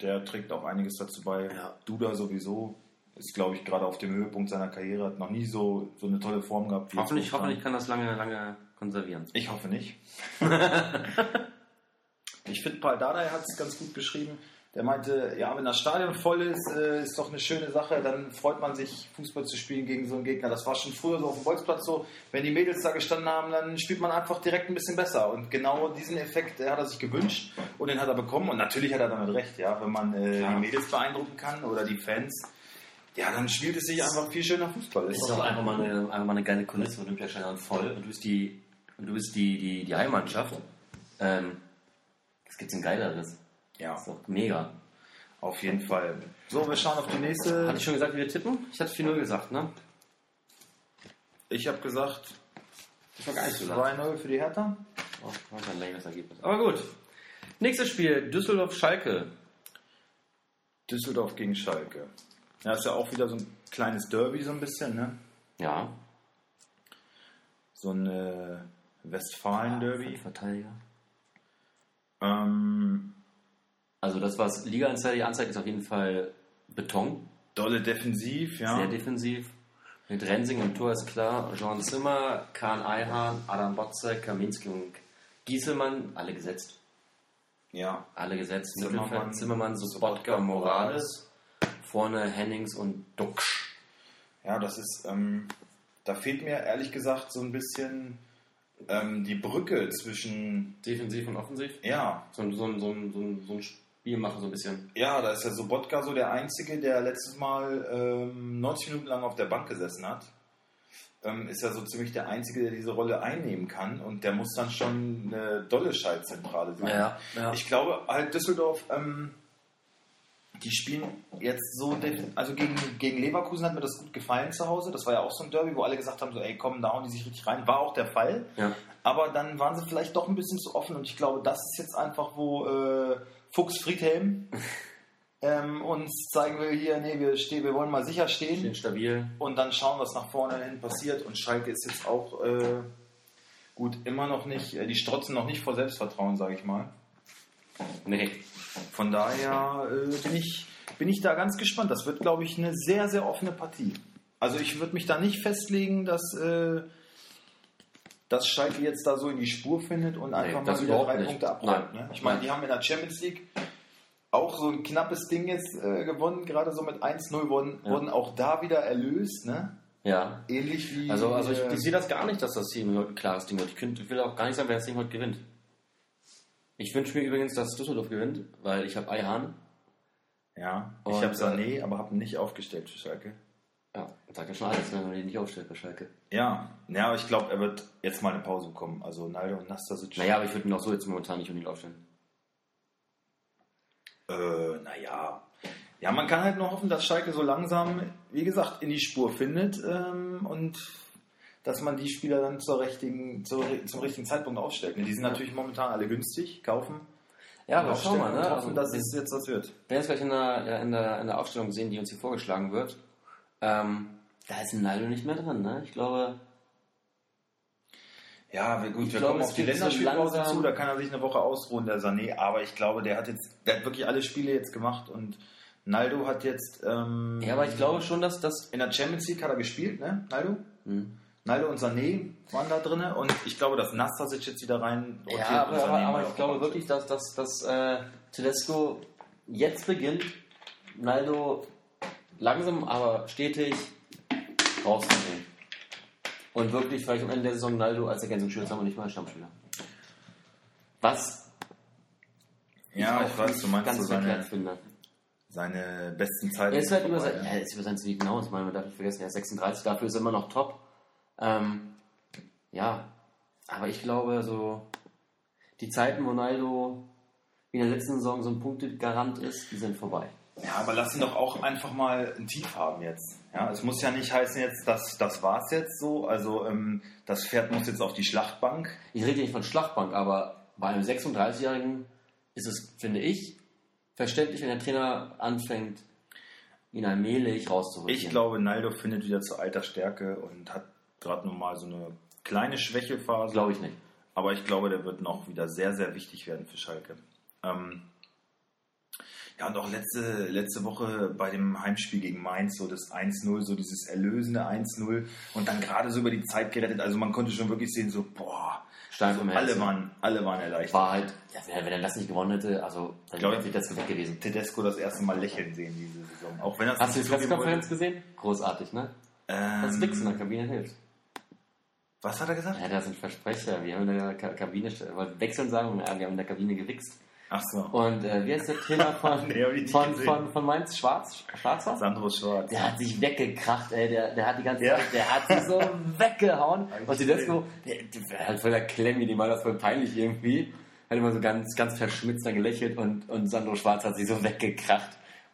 der trägt auch einiges dazu bei.
Ja.
Duda sowieso ist, glaube ich, gerade auf dem Höhepunkt seiner Karriere, hat noch nie so, so eine tolle Form gehabt. wie jetzt
hoffentlich,
momentan.
hoffentlich kann das lange, lange konservieren.
Ich hoffe nicht. ich finde, Paul Dardai hat es ganz gut geschrieben. Der meinte, ja, wenn das Stadion voll ist, äh, ist doch eine schöne Sache. Dann freut man sich, Fußball zu spielen gegen so einen Gegner. Das war schon früher so auf dem Bolzplatz so. Wenn die Mädels da gestanden haben, dann spielt man einfach direkt ein bisschen besser. Und genau diesen Effekt äh, hat er sich gewünscht und den hat er bekommen. Und natürlich hat er damit recht, ja. Wenn man äh,
Klar.
die Mädels beeindrucken kann oder die Fans, ja, dann spielt es sich einfach viel schöner Fußball.
Es ist auch einfach mal eine, einfach mal eine geile Kulisse und Olympiastadion voll und du bist die, und du bist die, die, die Heimmannschaft. Ähm, das gibt's ein geileres.
ja,
Das ist doch mega.
auf jeden Fall. So, wir schauen auf die nächste.
Hatte ich schon gesagt, wie wir tippen? Ich hatte 4-0 gesagt, ne?
Ich habe gesagt,
Ich war gar nicht so lang.
2-0 für die Hertha.
Oh, war kein längeres Ergebnis. Aber gut. Nächstes Spiel, Düsseldorf-Schalke.
Düsseldorf gegen Schalke. Ja, ist ja auch wieder so ein kleines Derby, so ein bisschen, ne?
Ja.
So ein äh, Westfalen-Derby.
Verteidiger.
Ähm,
Also das, was Liga Insider anzeigt, ist auf jeden Fall Beton.
dolle defensiv, ja.
Sehr defensiv. Mit Rensing im Tor ist klar. Jean Zimmer, Kahn Eihahn, Adam Botzek, Kaminski und Gieselmann. Alle gesetzt.
ja.
Alle gesetzt.
Zimmermann,
Zimmermann, Zimmermann Sobotka,
Sobotka,
Morales. Vorne Hennings und Duxch.
ja, das ist, ähm, da fehlt mir ehrlich gesagt so ein bisschen ähm, die Brücke zwischen,
Defensiv und offensiv.
ja,
So, ein- so, ein- so, ein- so, ein- so ein Spiel machen so ein bisschen.
ja, da ist ja Sobotka so der Einzige, der letztes Mal ähm, 90 Minuten lang auf der Bank gesessen hat. Ähm, ist ja so ziemlich der Einzige, der diese Rolle einnehmen kann und der muss dann schon eine dolle Schaltzentrale sein.
ja.
Ich glaube, halt Düsseldorf, ähm, die spielen jetzt so, def- also gegen, gegen Leverkusen hat mir das gut gefallen zu Hause. Das war ja auch so ein Derby, wo alle gesagt haben, so, ey, komm, da hauen die sich richtig rein. War auch der Fall.
ja.
Aber dann waren sie vielleicht doch ein bisschen zu offen und ich glaube, das ist jetzt einfach, wo äh, Fuchs Friedhelm ähm, uns zeigen will, hier, nee, wir, stehen, wir wollen mal sicher stehen
Stehen stabil.
und dann schauen, was nach vorne hin passiert. Und Schalke ist jetzt auch äh, gut, immer noch nicht, äh, die strotzen noch nicht vor Selbstvertrauen, sage ich mal.
Nee.
Von daher äh, bin, ich, bin ich da ganz gespannt. Das wird, glaube ich, eine sehr, sehr offene Partie. Also ich würde mich da nicht festlegen, dass, äh, dass Schalke jetzt da so in die Spur findet und einfach
das
mal wieder
überhaupt
drei
nicht.
Punkte abräumt.
Nein.
Ne? Ich meine, die haben in der Champions League auch so ein knappes Ding jetzt äh, gewonnen, gerade so mit 1-0 wurden,
Ja.
wurden auch da wieder erlöst, ne?
Ja.
Ähnlich wie.
Also, also ich,
äh,
ich sehe das gar nicht, dass das Team heute ein klares Ding wird. Ich, könnte, ich will auch gar nicht sagen, wer das Ding heute gewinnt. Ich wünsche mir übrigens, dass Düsseldorf gewinnt, weil ich habe Eihan.
ja,
und,
ich habe
äh,
Sané, aber habe ihn nicht aufgestellt für Schalke.
Ja, sagt ja schon alles, ne, wenn man den nicht aufstellt bei Schalke.
Ja, ja, aber ich glaube, er wird jetzt mal eine Pause bekommen. Also Naldo und Nastasic.
Naja, aber ich würde ihn auch so jetzt momentan nicht unbedingt aufstellen.
Äh, naja. Ja, man kann halt nur hoffen, dass Schalke so langsam, wie gesagt, in die Spur findet ähm, und dass man die Spieler dann zur richtigen, zur, zum richtigen Zeitpunkt aufstellt. Die sind natürlich momentan alle günstig, kaufen.
Ja,
und
aber schau
aufstellen
mal,
Und
ne?
hoffen,
Also,
dass
wir-
es jetzt was wird.
Wenn wir jetzt gleich in der, ja, in, der, in der Aufstellung sehen, die uns hier vorgeschlagen wird, ähm, da ist ein Naldo nicht mehr drin, ne? Ich glaube,
Ja, wir, gut,
Ich
wir
glaube,
kommen
es
auf die
geht so
Länderspielpause
langsam-
zu, da kann er sich eine Woche ausruhen, der Sané. Aber ich glaube, der hat jetzt, der hat wirklich alle Spiele jetzt gemacht und Naldo hat jetzt ähm,
ja, aber ich glaube schon, dass das.
in der Champions League hat er gespielt, ne? Naldo?
Hm.
Naldo und Sané waren da drin und ich glaube, dass Nastasic jetzt wieder rein rotiert
Ja,
und
aber, aber,
Sané mal
aber ich
auf
glaube
der Bank
wirklich, dass, dass, dass äh, Tedesco jetzt beginnt, Naldo langsam, aber stetig rauszunehmen. Und wirklich vielleicht am Ende der Saison Naldo als Ergänzungsspieler, aber nicht mal als Stammspieler. Was
sitzt. Ja, ich weiß, du meinst
ganz
so seine,
verkehrt finde.
seine besten Zeiten.
Er ist halt über
vorbei,
sein,
ne?
ja, er ist über sein Zenit hinaus, man darf nicht vergessen, er ist 36, dafür ist er immer noch top. Ähm, ja, aber ich glaube, so die Zeiten, wo Ronaldo wie in der letzten Saison so ein Punktegarant ist, die sind vorbei.
Ja, aber lass ihn doch auch einfach mal ein Tief haben jetzt. Ja, es muss ja nicht heißen jetzt, dass das war's jetzt so. Also ähm, das Pferd muss jetzt auf die Schlachtbank.
Ich rede nicht von Schlachtbank, aber bei einem 36-Jährigen ist es, finde ich, verständlich, wenn der Trainer anfängt, ihn allmählich rauszuholen.
Ich glaube, Naldo findet wieder zu alter Stärke und hat gerade nur mal so eine kleine Schwächephase.
Glaube ich nicht.
Aber ich glaube, der wird noch wieder sehr, sehr wichtig werden für Schalke. Ähm, ja, und auch letzte, letzte Woche bei dem Heimspiel gegen Mainz, so das 1-0, so dieses erlösende 1-0 und dann gerade so über die Zeit gerettet. Also man konnte schon wirklich sehen, so, boah,
Stein vom
alle
Herzen.
waren, alle waren erleichtert.
War halt, ja, wenn er- wenn er das nicht gewonnen hätte, also dann
Glaube
wäre
ich-
das weg gewesen.
Tedesco das erste Mal lächeln sehen diese Saison. Auch wenn er es
Hast du die
nicht zugeben
Pressekonferenz
wollte.
gesehen? Großartig, ne? Das Wichsen in
Ähm,
der Kabine hilft.
was hat er gesagt?
Ja, das sind Versprecher. Wir haben in der Ka- Kabine, st- wollte wechseln sagen, ja, wir haben in der Kabine gewichst.
Ach so,
Und äh, wie heißt der Trainer von,
Nee, hab ich nicht
von,
gesehen.
von, von Mainz? Schwarz? Schwarzer?
Sandro Schwarz.
Der hat sich weggekracht, ey. Der, der hat die ganze
Ja.
Zeit, der hat sich so weggehauen.
Hab ich
Und Tedesco, der, der hat voll der Klemmi, dem war das voll peinlich irgendwie. Hat immer so ganz, ganz verschmitzt dann gelächelt und, und Sandro Schwarz hat sich so weggekracht.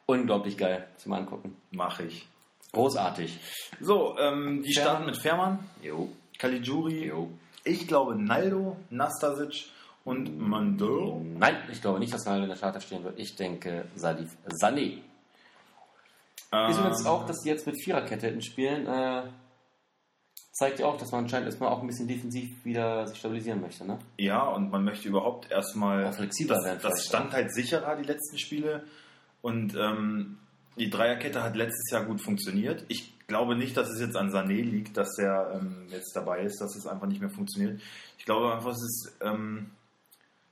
Unglaublich geil zum Angucken.
Mach ich.
Großartig.
So, ähm, die
Fährmann.
starten mit Fährmann,
Jo.
Caligiuri,
Jo.
Ich glaube Naldo, Nastasic und Mandel.
Nein, ich glaube nicht, dass Ronaldo in der Startelf stehen wird. Ich denke Salif Sané. Ist übrigens auch, dass die jetzt mit Viererkette hätten spielen, äh, zeigt ja auch, dass man anscheinend erstmal auch ein bisschen defensiv wieder sich stabilisieren möchte. Ne?
Ähm, Ja, und man möchte überhaupt erstmal.
Auch flexibler
das,
werden
Das
vielleicht
stand halt sicherer, die letzten Spiele. Und ähm, die Dreierkette hat letztes Jahr gut funktioniert. Ich glaube nicht, dass es jetzt an Sané liegt, dass er ähm, jetzt dabei ist, dass es einfach nicht mehr funktioniert. Ich glaube einfach, es ist ähm,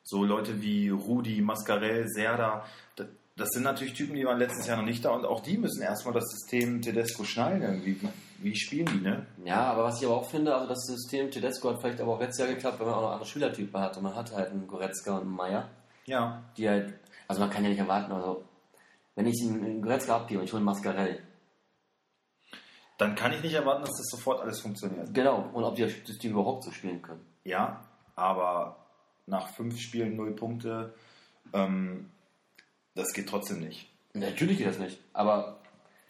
so Leute wie Rudi, Mascarell, Serda. d- Das sind natürlich Typen, die waren letztes Jahr noch nicht da. Und auch die müssen erstmal das System Tedesco schnallen. Irgendwie. Wie spielen die, ne?
Ja, aber was ich aber auch finde, also das System Tedesco hat vielleicht aber auch letztes Jahr geklappt, wenn man auch noch andere Spielertypen hat. Und man hat halt einen Goretzka und einen Meier,
Ja.
die halt, also man kann ja nicht erwarten, also wenn ich einen einen Goretzka abgebe und ich hole einen Mascarell,
Dann kann ich nicht erwarten, dass das sofort alles funktioniert.
genau, und ob die das Team überhaupt so spielen können.
Ja, aber nach fünf Spielen null Punkte, ähm, das geht trotzdem nicht.
Natürlich geht das nicht, aber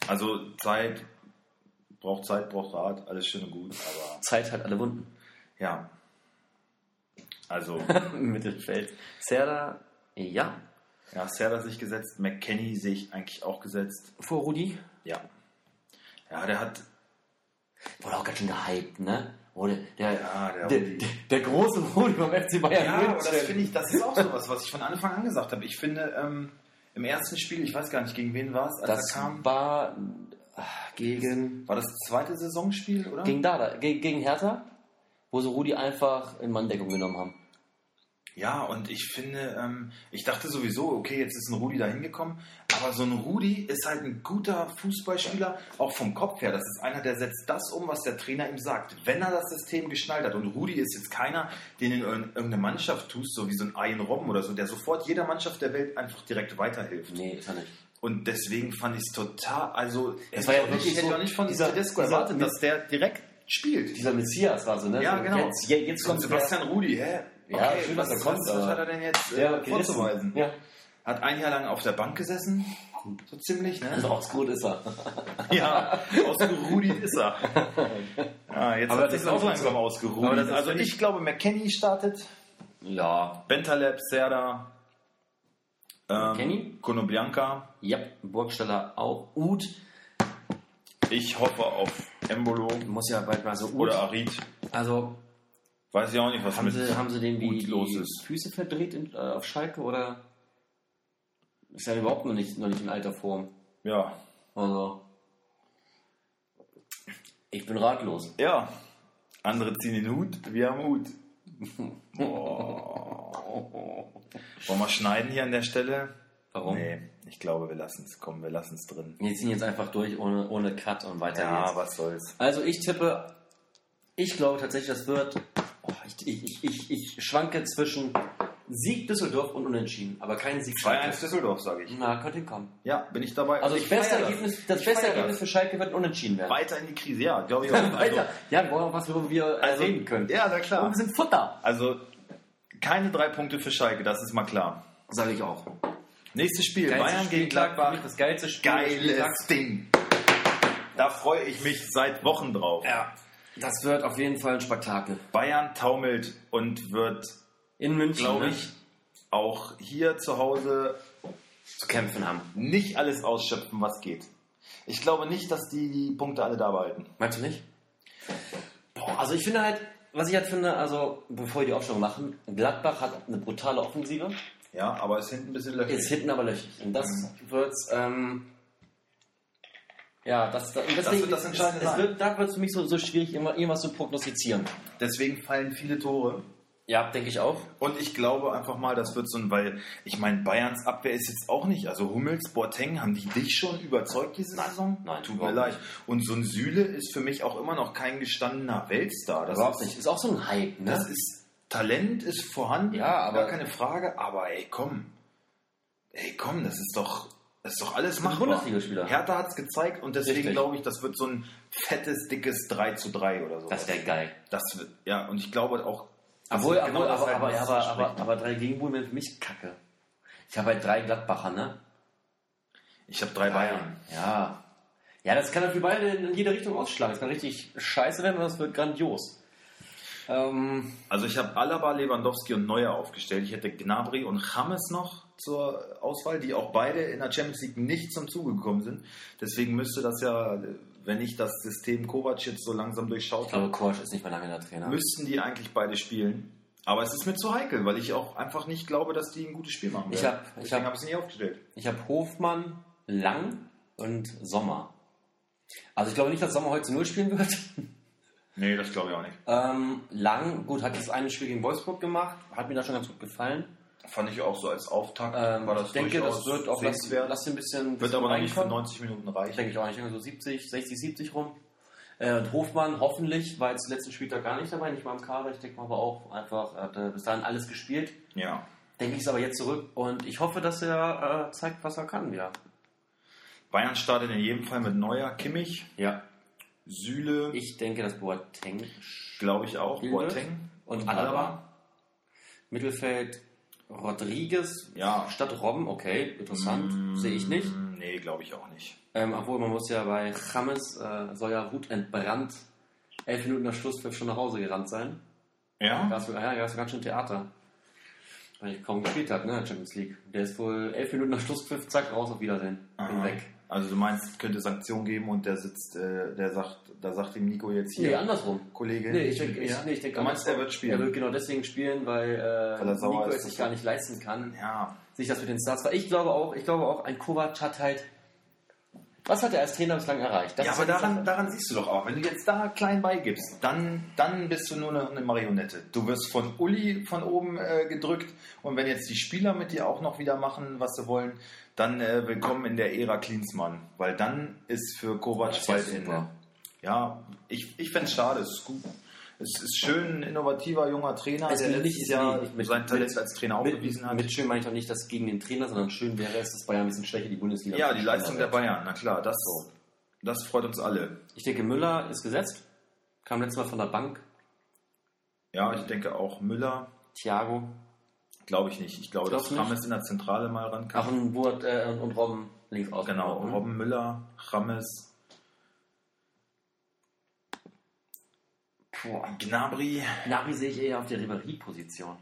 Also Zeit braucht Zeit, braucht Rat, alles schön und gut, aber
Zeit hat alle Wunden.
ja. Also,
Im Mittelfeld. Serda, ja.
ja, Serda sich gesetzt, McKenny sehe ich eigentlich auch gesetzt.
Vor Rudi.
Ja. Ja, der hat.
Wurde auch ganz schön gehypt, ne? Wurde der,
Ja, der
der,
Rudi.
der, der große Rudi vom FC Bayern
Ja, aber das
München.
finde ich, das ist auch sowas, was ich von Anfang an gesagt habe. Ich finde, ähm, im ersten Spiel, ich weiß gar nicht, gegen wen war es, als
Das
er kam.
war ah, gegen,
War das zweite Saisonspiel, oder?
gegen Dada, gegen, gegen Hertha. wo sie Rudi einfach in Manndeckung genommen haben.
Ja, und ich finde, ähm, ich dachte sowieso, okay, jetzt ist ein Rudi da hingekommen, aber so ein Rudi ist halt ein guter Fußballspieler, auch vom Kopf her. Das ist einer, der setzt das um, was der Trainer ihm sagt, wenn er das System geschnallt hat. Und Rudi ist jetzt keiner, den in irgend- irgendeine Mannschaft tust, so wie so ein Ayen Robben oder so, der sofort jeder Mannschaft der Welt einfach direkt weiterhilft.
Nee, ist er nicht.
Und deswegen fand ich es total, also
Das war ja wirklich
ich hätte
so
auch nicht von
dieser-
dieser, Tedesco
dieser-
erwartet, dass der direkt spielt.
Dieser Messias war so, ne?
Ja,
so,
genau.
Jetzt, jetzt, jetzt
Und
kommt
Sebastian Rudi, hä?
Ja, schön,
was,
dass er kommt,
was, was
aber-
hat er denn jetzt
der, der
äh,
gerissen.
vorzuweisen?
Ja,
Hat ein Jahr lang auf der Bank gesessen, so ziemlich,
also
ne?
aufs Gut ist er.
ja, ausgerudert ist er. Ja, jetzt
Aber
hat
das
sich
ist
auch
auch-
langsam
aber
ausgerudert.
das ist
Also
für
ich glaube, McKenny startet,
Ja.
Bentaleb, Serda,
McKennie?
ähm, Konobianka.
Ja, Burgstaller auch. Ut
Ich hoffe auf Embolo
muss ja bald mal so Ut.
oder Arid.
also
Weiß ich auch nicht, was
haben
mit...
sie, haben sie dem die,
Ut los
die
ist.
Füße verdreht in, äh, auf Schalke oder ist er überhaupt noch nicht, noch nicht in alter Form?
Ja.
Also ich bin ratlos.
Ja. Andere ziehen den Hut, wir haben Hut. Wollen wir schneiden hier an der Stelle?
Warum?
Nee, ich glaube, wir lassen es. Komm, wir lassen es drin.
Wir ziehen jetzt einfach durch ohne, ohne Cut und weiter geht's.
was soll's.
Also ich tippe, ich glaube tatsächlich, das wird. Oh, ich, ich, ich, ich, ich schwanke zwischen Sieg Düsseldorf und Unentschieden, aber kein Sieg.
2-1 Düsseldorf, sage ich.
Na, könnte hinkommen.
Ja, bin ich dabei.
Also
Und
das
ich
beste
feier
Ergebnis, das
Ich
beste
feier das.
Ergebnis für Schalke wird unentschieden werden.
Weiter in die Krise, ja, glaube ich auch. Also,
Ja, wir brauchen was, worüber wir äh,
also,
reden können.
Ja, na
Und
klar.
wir sind Futter.
Also, keine drei Punkte für Schalke, das ist mal klar.
Sage ich auch.
Nächstes Spiel, Bayern gegen
für mich
Gladbach.
Das geilste Spiel. des Spieltags.
Geiles Ding. Da freue ich mich seit Wochen drauf.
Ja, das wird auf jeden Fall ein Spektakel.
Bayern taumelt und wird,
In München,
glaube
ne?
ich, auch hier zu Hause
zu kämpfen haben.
nicht alles ausschöpfen, was geht. Ich glaube nicht, dass die die Punkte alle da behalten.
Meinst du nicht? Boah, also ich finde halt, was ich halt finde, also bevor wir die Aufstellung machen, Gladbach hat eine brutale Offensive,
Ja, aber ist hinten ein bisschen löchrig.
ist hinten aber löchrig. Und das
Mhm.
wird's, ähm, ja, das, das, und deswegen-
wird das Entscheidende
es, es
sein.
wird, Da wird es für mich so, so schwierig, irgendwas, irgendwas zu prognostizieren.
Deswegen fallen viele Tore.
Ja, denke ich auch.
Und ich glaube einfach mal, das wird so ein, weil ich meine, Bayerns Abwehr ist jetzt auch nicht. Also Hummels, Boateng, haben die dich schon überzeugt diese Saison?
nein,
tut mir
überhaupt
leid. Und so ein Süle ist für mich auch immer noch kein gestandener Weltstar. Das
Überhaupt
ist,
nicht. Ist auch so ein Hype, ne?
Das ist Talent ist vorhanden,
Ja, aber-
gar keine Frage. Aber ey, komm, ey, komm, das ist doch, das ist doch alles
ein
machbar.
Bundesligaspieler.
Hertha hat es gezeigt und deswegen
Richtig.
glaube ich, das wird so ein fettes, dickes 3 zu 3 oder so.
das wäre geil.
das wird, ja, und ich glaube auch. das
Obwohl,
wird
obwohl,
genau das
aber,
sein,
aber,
was
aber,
es
aber,
verspricht.
aber drei Gegenbullen wären für mich kacke. Ich habe halt drei Gladbacher, ne?
ich habe drei Bayern.
Ja. Ja, das kann natürlich beide in in jede Richtung ausschlagen. Das kann richtig scheiße werden und das wird grandios. Ähm,
Also ich habe Alaba, Lewandowski und Neuer aufgestellt. Ich hätte Gnabry und James noch zur Auswahl, die auch beide in der Champions League nicht zum Zuge gekommen sind. Deswegen müsste das ja, wenn ich das System Kovac jetzt so langsam
ich
durchschaut habe,
glaube, Korsch ist nicht mehr lange der Trainer.
müssten die eigentlich beide spielen. Aber es ist mir zu heikel, weil ich auch einfach nicht glaube, dass die ein gutes Spiel machen
Ich
werden.
hab- ich
Deswegen
hab-
habe ich es nicht aufgestellt.
Ich habe Hofmann, Lang und Sommer. Also ich glaube nicht, dass Sommer heute zu Null spielen wird.
Nee, das glaube ich auch nicht.
Ähm, Lang, gut, hat das eine Spiel gegen Wolfsburg gemacht. Hat mir da schon ganz gut gefallen.
Fand ich auch so als Auftakt.
Ähm,
war das
ich denke, das
durchaus
wird auch, lass,
sehenswert.
lass dir ein bisschen
Wird aber noch nicht für
reinkommen.
90 Minuten
Ich
reichen.
denke ich auch nicht, irgendwie so 70, 60, 70 rum. Äh, und Hofmann hoffentlich war jetzt letzten Spieltag gar nicht dabei, nicht mal im Kader. Ich denke mal aber auch einfach, er hat äh, bis dahin alles gespielt.
Ja.
Denke ich es aber jetzt zurück und ich hoffe, dass er äh, zeigt, was er kann wieder.
Bayern startet in jedem Fall mit Neuer, Kimmich,
Ja.
Süle,
Ich denke, dass Boateng
glaube ich auch,
Süle
Boateng.
und Alaba. Mittelfeld Rodriguez
Ja.
statt Robben, okay, interessant, sehe ich nicht.
Mm, Nee, glaube ich auch nicht.
Ähm, obwohl, man muss ja bei Chames, äh, soll ja Hut entbrannt, elf Minuten nach Schlusspfiff schon nach Hause gerannt sein. Da
Ja?
gab's- ja, da gab es ganz schön Theater. Weil ich kaum gespielt habe, ne, Champions League. Der ist wohl elf Minuten nach Schlusspfiff, zack, raus, auf Wiedersehen. Bin
Aha.
weg.
Also du meinst, es könnte Sanktionen geben und der sitzt, äh, der sagt, da sagt ihm Nico jetzt hier,
Nee, andersrum.
Kollege,
Nee, ich denke, ich,
ja?
nee, ich denke
du meinst, er
andersrum.
wird spielen.
Er wird genau deswegen spielen, weil, äh,
Weil er sauer
Nico
ist,
es sich
dass
gar
er-
nicht leisten kann,
ja,
sich das mit den Stars. Weil ich glaube auch, ich glaube auch, ein Kovac hat halt
Was hat er als Trainer bislang erreicht? Das
ja,
ist
aber
die Sache.
daran, daran siehst du doch auch. Wenn du jetzt da klein beigibst, dann, dann bist du nur eine, eine Marionette. Du wirst von Uli von oben äh, gedrückt und wenn jetzt die Spieler mit dir auch noch wieder machen, was sie wollen, dann äh, willkommen in der Ära Klinsmann, weil dann ist für Kovac
Das ist ja
bald
super.
Ende. Ja, ich, ich fände es schade. Es ist, gut. es ist schön, ein innovativer junger Trainer,
Also
der
nicht-
letztes
ist
Jahr
nicht- mit-
sein Talent
mit-
als Trainer
Mit,
aufgewiesen hat.
mit schön meine ich doch nicht, dass gegen den Trainer, sondern schön wäre es, dass Bayern ein bisschen schwächer die Bundesliga
ja, die Leistung der
Bayern.
Bayern, na klar, das, das freut uns alle.
Ich denke, Müller ist gesetzt. Kam letztes Mal von der Bank.
Ja, ich denke auch Müller.
Thiago.
Glaube ich nicht. Ich glaube,
Glaubst
dass
du nicht?
Rames in der Zentrale mal
Ach,
rankam.
und Burt äh, und Robben links außen.
Genau,
Mhm.
Robben Müller, Rames,
Boah.
Gnabry.
Gnabry sehe ich eher auf der Ribéry-Position.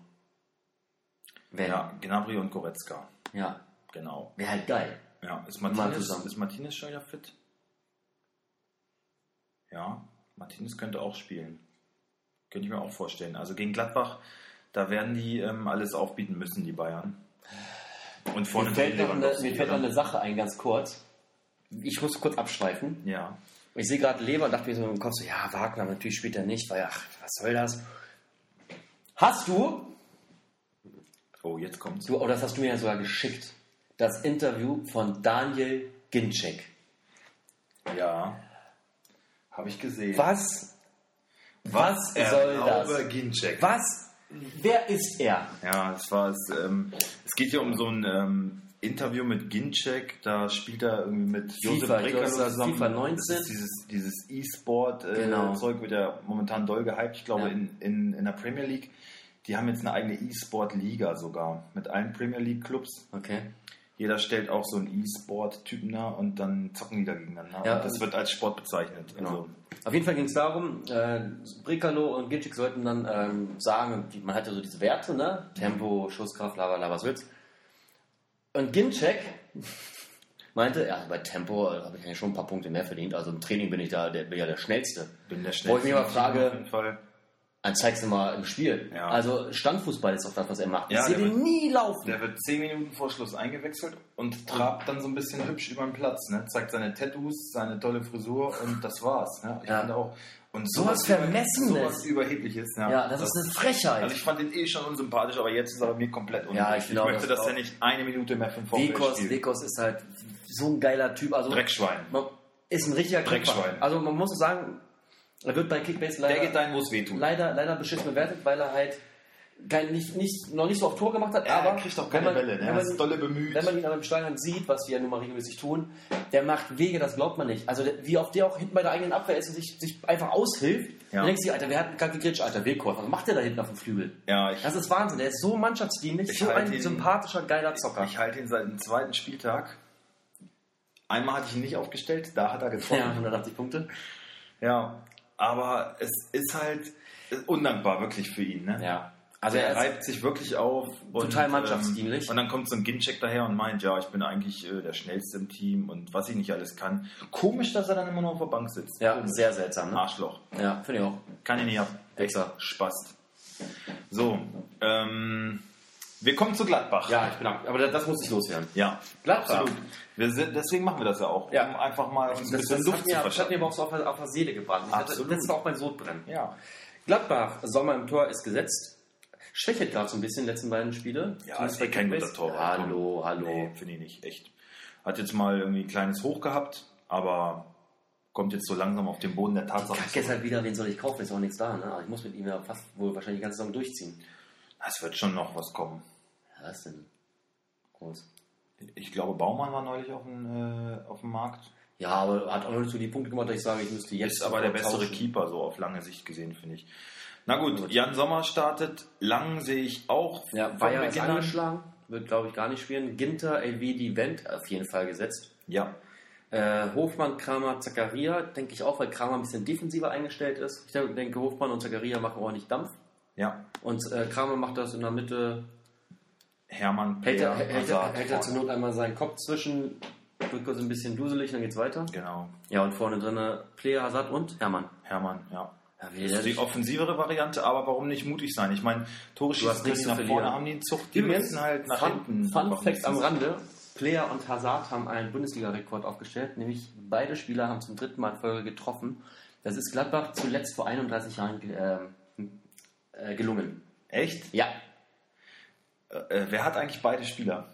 Wäre ja.
Ja, Gnabry und Goretzka.
ja.
Genau.
Wäre halt geil.
Ja, ist
Mal
Martinez,
zusammen.
ist Martinez schon wieder fit? Ja, Martinez könnte auch spielen. Könnte ich mir auch vorstellen. Also gegen Gladbach, da werden die ähm, alles aufbieten müssen, die Bayern. Und vorne
Mir fällt,
drin
noch eine,
Lewandowski,
mir fällt noch
oder?
eine Sache ein, ganz kurz. Ich muss kurz abschweifen.
Ja,
Und ich sehe gerade Leber und dachte mir so im Kopf so, ja, Wagner, natürlich spielt er nicht, weil, ach, was soll das? Hast du,
oh, jetzt kommt's.
du, oder das hast du mir ja sogar geschickt, das Interview von Daniel Ginczek.
Ja, habe ich gesehen.
Was, was soll das?
Ginczek.
Was, wer ist er?
Ja, es war es. Ähm, es geht hier um so ein ähm, Interview mit Ginczek. Da spielt er irgendwie mit
FIFA,
Josef
ich glaub,
Brekalo
es war
zusammen.
FIFA 19.
Das ist dieses dieses E-Sport-Zeug äh,
Genau.
Zeug wird ja momentan doll gehypt. Ich glaube,
Ja.
in, in, in der Premier League. Die haben jetzt eine eigene E-Sport-Liga sogar. Mit allen Premier League-Clubs.
Okay.
Jeder stellt auch so einen E-Sport-Typen da und dann zocken die da gegeneinander.
Ja,
und das
also-
wird als Sport bezeichnet.
Genau.
Also,
Auf jeden Fall ging es darum, äh, Brikalo und Ginczek sollten dann ähm, sagen, die, man hat ja so diese Werte, ne? Tempo, Schusskraft, bla bla bla, was willst. Und Ginczek meinte, ja, bei Tempo äh, habe ich ja schon ein paar Punkte mehr verdient, also im Training bin ich da der, bin ja der Schnellste.
bin der
Wo ich mich mal
Schnellste
frage-
auf jeden Fall.
Dann zeigst du mal im Spiel.
Ja.
Also Standfußball ist auch das, was er macht.
Ja,
ich sehe
der
den
wird-
nie laufen.
Der wird zehn Minuten vor Schluss eingewechselt und trabt dann so ein bisschen hübsch über den Platz. Ne? Zeigt seine Tattoos, seine tolle Frisur und das war's. Ne? Ich
Ja.
finde auch. Und
Sowas
über-
Vermessenes.
Sowas Überhebliches. Ja,
ja, das, ist eine Frechheit.
Also ich fand den eh schon unsympathisch, aber jetzt ist er mir komplett unsympathisch.
ich glaube,
möchte,
das
dass er
auch.
nicht eine Minute mehr für den VfL
Wekos,
spielt.
Wekos ist halt so ein geiler Typ. Also
Dreckschwein.
man ist ein richtiger
Dreckschwein.
Kämpfer. Also man muss sagen, er wird bei Kickbase
Der geht
leider,
dahin, wo es wehtut.
Leider, leider beschissen bewertet, weil er halt kein, nicht, nicht, noch nicht so auf Tor gemacht hat,
Ja,
aber
er kriegt auch keine
wenn man,
Bälle. Ne?
Wenn
Er ist
man,
dolle bemüht.
wenn man ihn an einem Steuern sieht, was wir ja nun mal regelmäßig tun, der macht Wege, das glaubt man nicht. Also der, wie oft der auch hinten bei der eigenen Abwehr ist und sich, sich einfach aushilft,
Ja.
dann denkst du dir, Alter, wer hat denn gerade gegritcht? Alter, Willkor, was macht der da hinten auf dem Flügel?
ja, ich,
Das ist Wahnsinn, der ist so mannschaftsdienlich,
Ich
so
halte
ein
ihn-
sympathischer, geiler Zocker.
ich halte ihn seit dem zweiten Spieltag. Einmal hatte ich ihn nicht aufgestellt, da hat er getroffen.
Ja, 180 Punkte.
Ja, aber es ist halt undankbar wirklich für ihn. Ne?
Ja.
Also
Also
er
er ist,
reibt sich wirklich auf.
Total mannschaftsdienlich.
Ähm, und dann kommt so ein Ginczek daher und meint, ja, ich bin eigentlich äh, der Schnellste im Team und was ich nicht alles kann. Komisch, dass er dann immer nur auf der Bank sitzt.
ja,
Komisch.
sehr seltsam. Ne?
Arschloch.
Ja, finde ich auch.
Kann ich nicht ab.
Wichser.
Spaß. So, ähm, wir kommen zu Gladbach.
Ja, ich bin auch. Aber das, das muss ich loswerden.
Ja,
Gladbach.
absolut. Wir sind, deswegen machen wir das ja auch,
Ja.
um einfach mal uns ein bisschen Luft zu
mir, das hat
verschaffen.
mir aber auch so auf, der- auf der Seele gebrannt. Ich
Absolut.
Hatte, das war auch mein Sodbrennen.
Ja.
Gladbach, Sommer im Tor ist gesetzt. Schwächelt gerade so ein bisschen, die letzten beiden Spiele.
Ja,
Zumindest
ist
bei
eh kein
Kickbase.
guter Torwart.
Hallo, hallo.
Nee, finde ich nicht, echt. Hat jetzt mal irgendwie ein kleines Hoch gehabt, aber kommt jetzt so langsam auf den Boden der Tatsachen.
Kacke ist halt wieder, wen soll ich kaufen? Ist auch nichts da, ne? Aber ich muss mit ihm ja fast wohl wahrscheinlich die ganze Saison durchziehen.
Es wird schon noch was kommen.
Ja, was denn? Groß.
Ich glaube, Baumann war neulich auf dem, äh, auf dem Markt.
Ja, aber hat auch noch nicht so die Punkte gemacht, dass ich sage, ich müsste jetzt.
Ist aber der
sofort
bessere
tauschen.
Keeper, so auf lange Sicht gesehen, finde ich. Na gut, Jan Sommer startet. Lang sehe ich auch.
Ja,
von
Bayer ist
Beginn an.
angeschlagen. Wird, glaube ich, gar nicht spielen. Ginter, LVD, Wendt auf jeden Fall gesetzt.
Ja,
Äh, Hofmann, Kramer, Zakaria, denke ich auch, weil Kramer ein bisschen defensiver eingestellt ist. Ich denke, Hofmann und Zakaria machen ordentlich Dampf.
ja.
Und äh, Kramer macht das in der Mitte.
Hermann,
Hält,
Peer,
er, hält, er,
Hazard
hält er zur
vorne.
Not einmal seinen Kopf zwischen, wird kurz ein bisschen duselig, dann geht's weiter.
Genau,
Ja, und vorne drin Player, Hazard und Hermann.
Hermann, ja.
Ja, wie
Das
der
ist die
sich-
offensivere Variante, aber warum nicht mutig sein? Ich meine, Tore schießen
hast nichts
können
zu
nach vorne,
verlieren.
haben die einen Zug, die
Übrigens,
müssen halt nach
Fun,
hinten.
Fun
einfach
Fact am
wenigstens-
Rande: Player und Hazard haben einen Bundesliga-Rekord aufgestellt, nämlich beide Spieler haben zum dritten Mal in Folge getroffen. Das ist Gladbach zuletzt vor 31 Jahren äh, äh, gelungen.
Echt?
Ja,
Äh, wer hat eigentlich beide Spieler?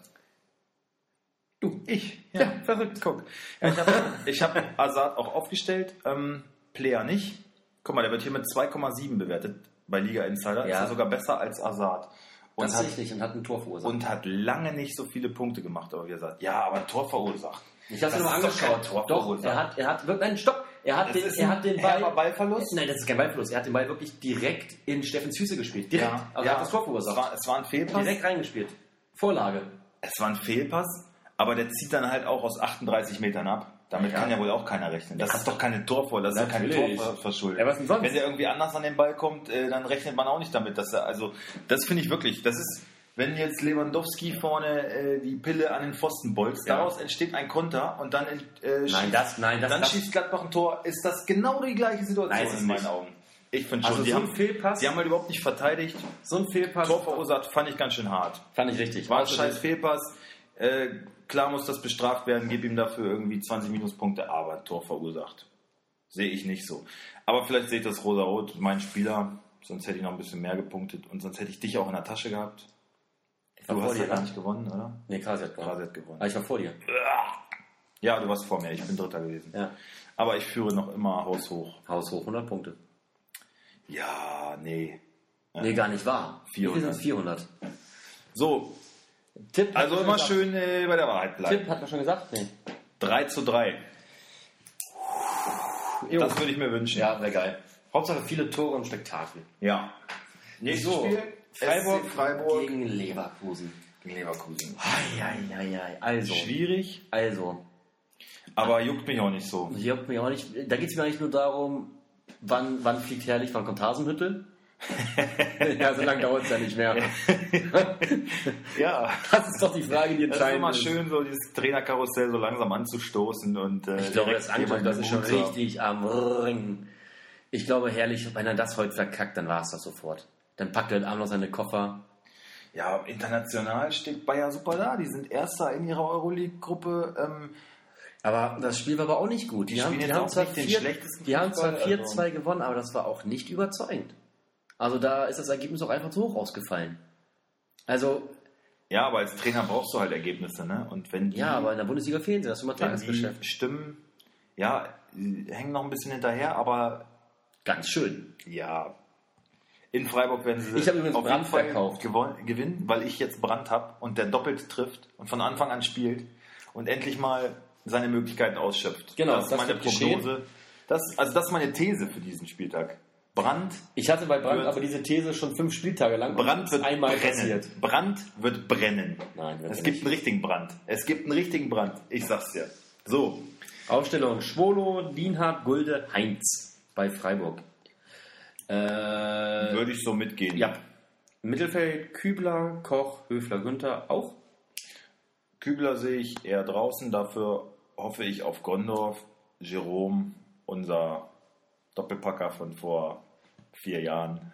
du.
Ich. Ja, verrückt. Guck. Ja, ich habe ich hab Azad auch aufgestellt, ähm, Player nicht. Guck mal, der wird hier mit 2,7 bewertet bei Liga Insider.
Ja.
Ist er sogar besser als Azad. Und hat,
Tatsächlich und hat ein Tor verursacht.
und hat lange nicht so viele Punkte gemacht, aber wie gesagt, ja, aber ein Tor verursacht.
ich habe
das
es mal
ist doch kein
angeschaut.
Tor
Doch,
verursacht.
er hat, er hat wirklich, nein, stopp, er hat, den, er hat den Ball,
herber Ballverlust.
nein, das ist kein Ballverlust, er hat den Ball wirklich direkt in Steffens Füße gespielt. Direkt,
Ja,
also
ja.
er hat das Tor
Es
verursacht.
war, es war ein Fehlpass.
Direkt reingespielt. Vorlage.
Es war ein Fehlpass, aber der zieht dann halt auch aus 38 Metern ab. Damit
Ja.
kann ja wohl auch keiner rechnen. Das ist doch keine Torvoll, das ist ja kein
Natürlich.
Torverschulden.
Ja, was denn sonst?
Wenn der irgendwie anders an den Ball kommt, äh, dann rechnet man auch nicht damit, dass er, also, das finde ich wirklich, das ist, wenn jetzt Lewandowski vorne äh, die Pille an den Pfosten bolzt,
Ja.
daraus entsteht ein Konter und dann, äh, schießt,
das, nein,
dann schießt Gladbach ein Tor, ist das genau die gleiche Situation
Nein, ist es
in meinen
nicht.
Augen. Ich finde schon,
also
die,
so ein
haben,
Fehlpass,
die haben halt überhaupt nicht verteidigt.
so ein Fehlpass,
Tor verursacht fand ich ganz schön hart.
fand ich richtig.
War ein
Außerdem-
scheiß Fehlpass. Äh, klar muss das bestraft werden, gib ihm dafür irgendwie 20 Minuspunkte, aber ein Tor verursacht. Sehe ich nicht so. Aber vielleicht seht das Rosa-Rot, mein Spieler, sonst hätte ich noch ein bisschen mehr gepunktet und sonst hätte ich dich auch in der Tasche gehabt.
Ich war
Du
vor
hast ja
dir,
gar
ne?
nicht gewonnen, oder?
Nee, Kasi hat
Quasi
gewonnen.
hat gewonnen.
Ah, ich war vor dir.
Ja, du warst vor mir, ich bin Dritter gewesen.
Ja.
Aber ich führe noch immer haushoch.
Haus hoch, 100 Punkte.
Ja, nee.
Nee, gar nicht wahr.
400.
Wir sind 400.
So,
Tipp. hat
also
man
immer
schon gesagt.
schön äh, bei der Wahrheit bleiben.
Tipp hat man schon gesagt? Nee.
3 zu 3. Das würde ich mir wünschen.
Ja, wäre geil. Hauptsache viele Tore und Spektakel.
Ja. Nächstes
So,
Spiel.
Freiburg,
SC Freiburg
gegen Leverkusen.
gegen Leverkusen.
Eieiei, also.
Schwierig,
Also,
aber juckt mich auch nicht so.
hier hat mir auch nicht, da geht es mir eigentlich nur darum, wann, wann fliegt Herrlich, wann kommt Hasenhüttel? ja, so lange dauert es ja nicht mehr.
Ja.
Das ist doch die Frage, die
Das ist
entscheidend
immer schön, so dieses Trainerkarussell so langsam anzustoßen und äh,
Ich glaube, das
direkt
Anton, das ist schon
jemanden gut zu
richtig am Ring. Ich glaube, Herrlich, wenn er das heute verkackt, dann war es das sofort. Dann packt er heute Abend noch seine Koffer.
haben. Ja, international steht Bayer super da. Die sind Erster in ihrer Euroleague-Gruppe. Ähm,
Aber das Spiel war aber auch nicht gut. Die,
spielen
haben,
jetzt
die haben
auch
zwar
nicht den schlechtesten
4-2 die haben zwar
Fußball,
4-2
also.
gewonnen, aber das war auch nicht überzeugend. Also da ist das Ergebnis auch einfach zu hoch ausgefallen. Also,
ja, aber als Trainer brauchst du halt Ergebnisse, ne? Und wenn die,
ja, aber in der Bundesliga Mhm. fehlen sie. Das ist immer
wenn die
Tagesgeschäft.
Stimmen, ja, die hängen noch ein bisschen hinterher, aber
Ganz schön.
Ja. In Freiburg werden sie
Ich habe übrigens Brandt
jeden Fall
verkauft.
gewon- gewinnen, weil ich jetzt Brand habe und der doppelt trifft und von Anfang an spielt und endlich mal seine Möglichkeiten ausschöpft.
Genau,
das ist
das
meine
wird geschehen.
Prognose. Das, also das ist meine These für diesen Spieltag. Brand,
Ich hatte bei Brandt
Wird-
aber diese These schon fünf Spieltage lang. und
Brand
es ist
wird
einmal
brennen.
passiert.
Brand wird brennen.
Nein, wird
es
er
gibt
nicht.
einen richtigen Brand. Es gibt einen richtigen Brand. Ich sag's dir. So,
Aufstellung: Schwolo, Lienhardt, Gulde, Heinz bei Freiburg. Äh,
würde ich so mitgehen.
ja. Mittelfeld: Kübler, Koch, Höfler, Günther auch.
Kübler sehe ich eher draußen. Dafür hoffe ich auf Gondorf, Jerome, unser Doppelpacker von vor vier Jahren.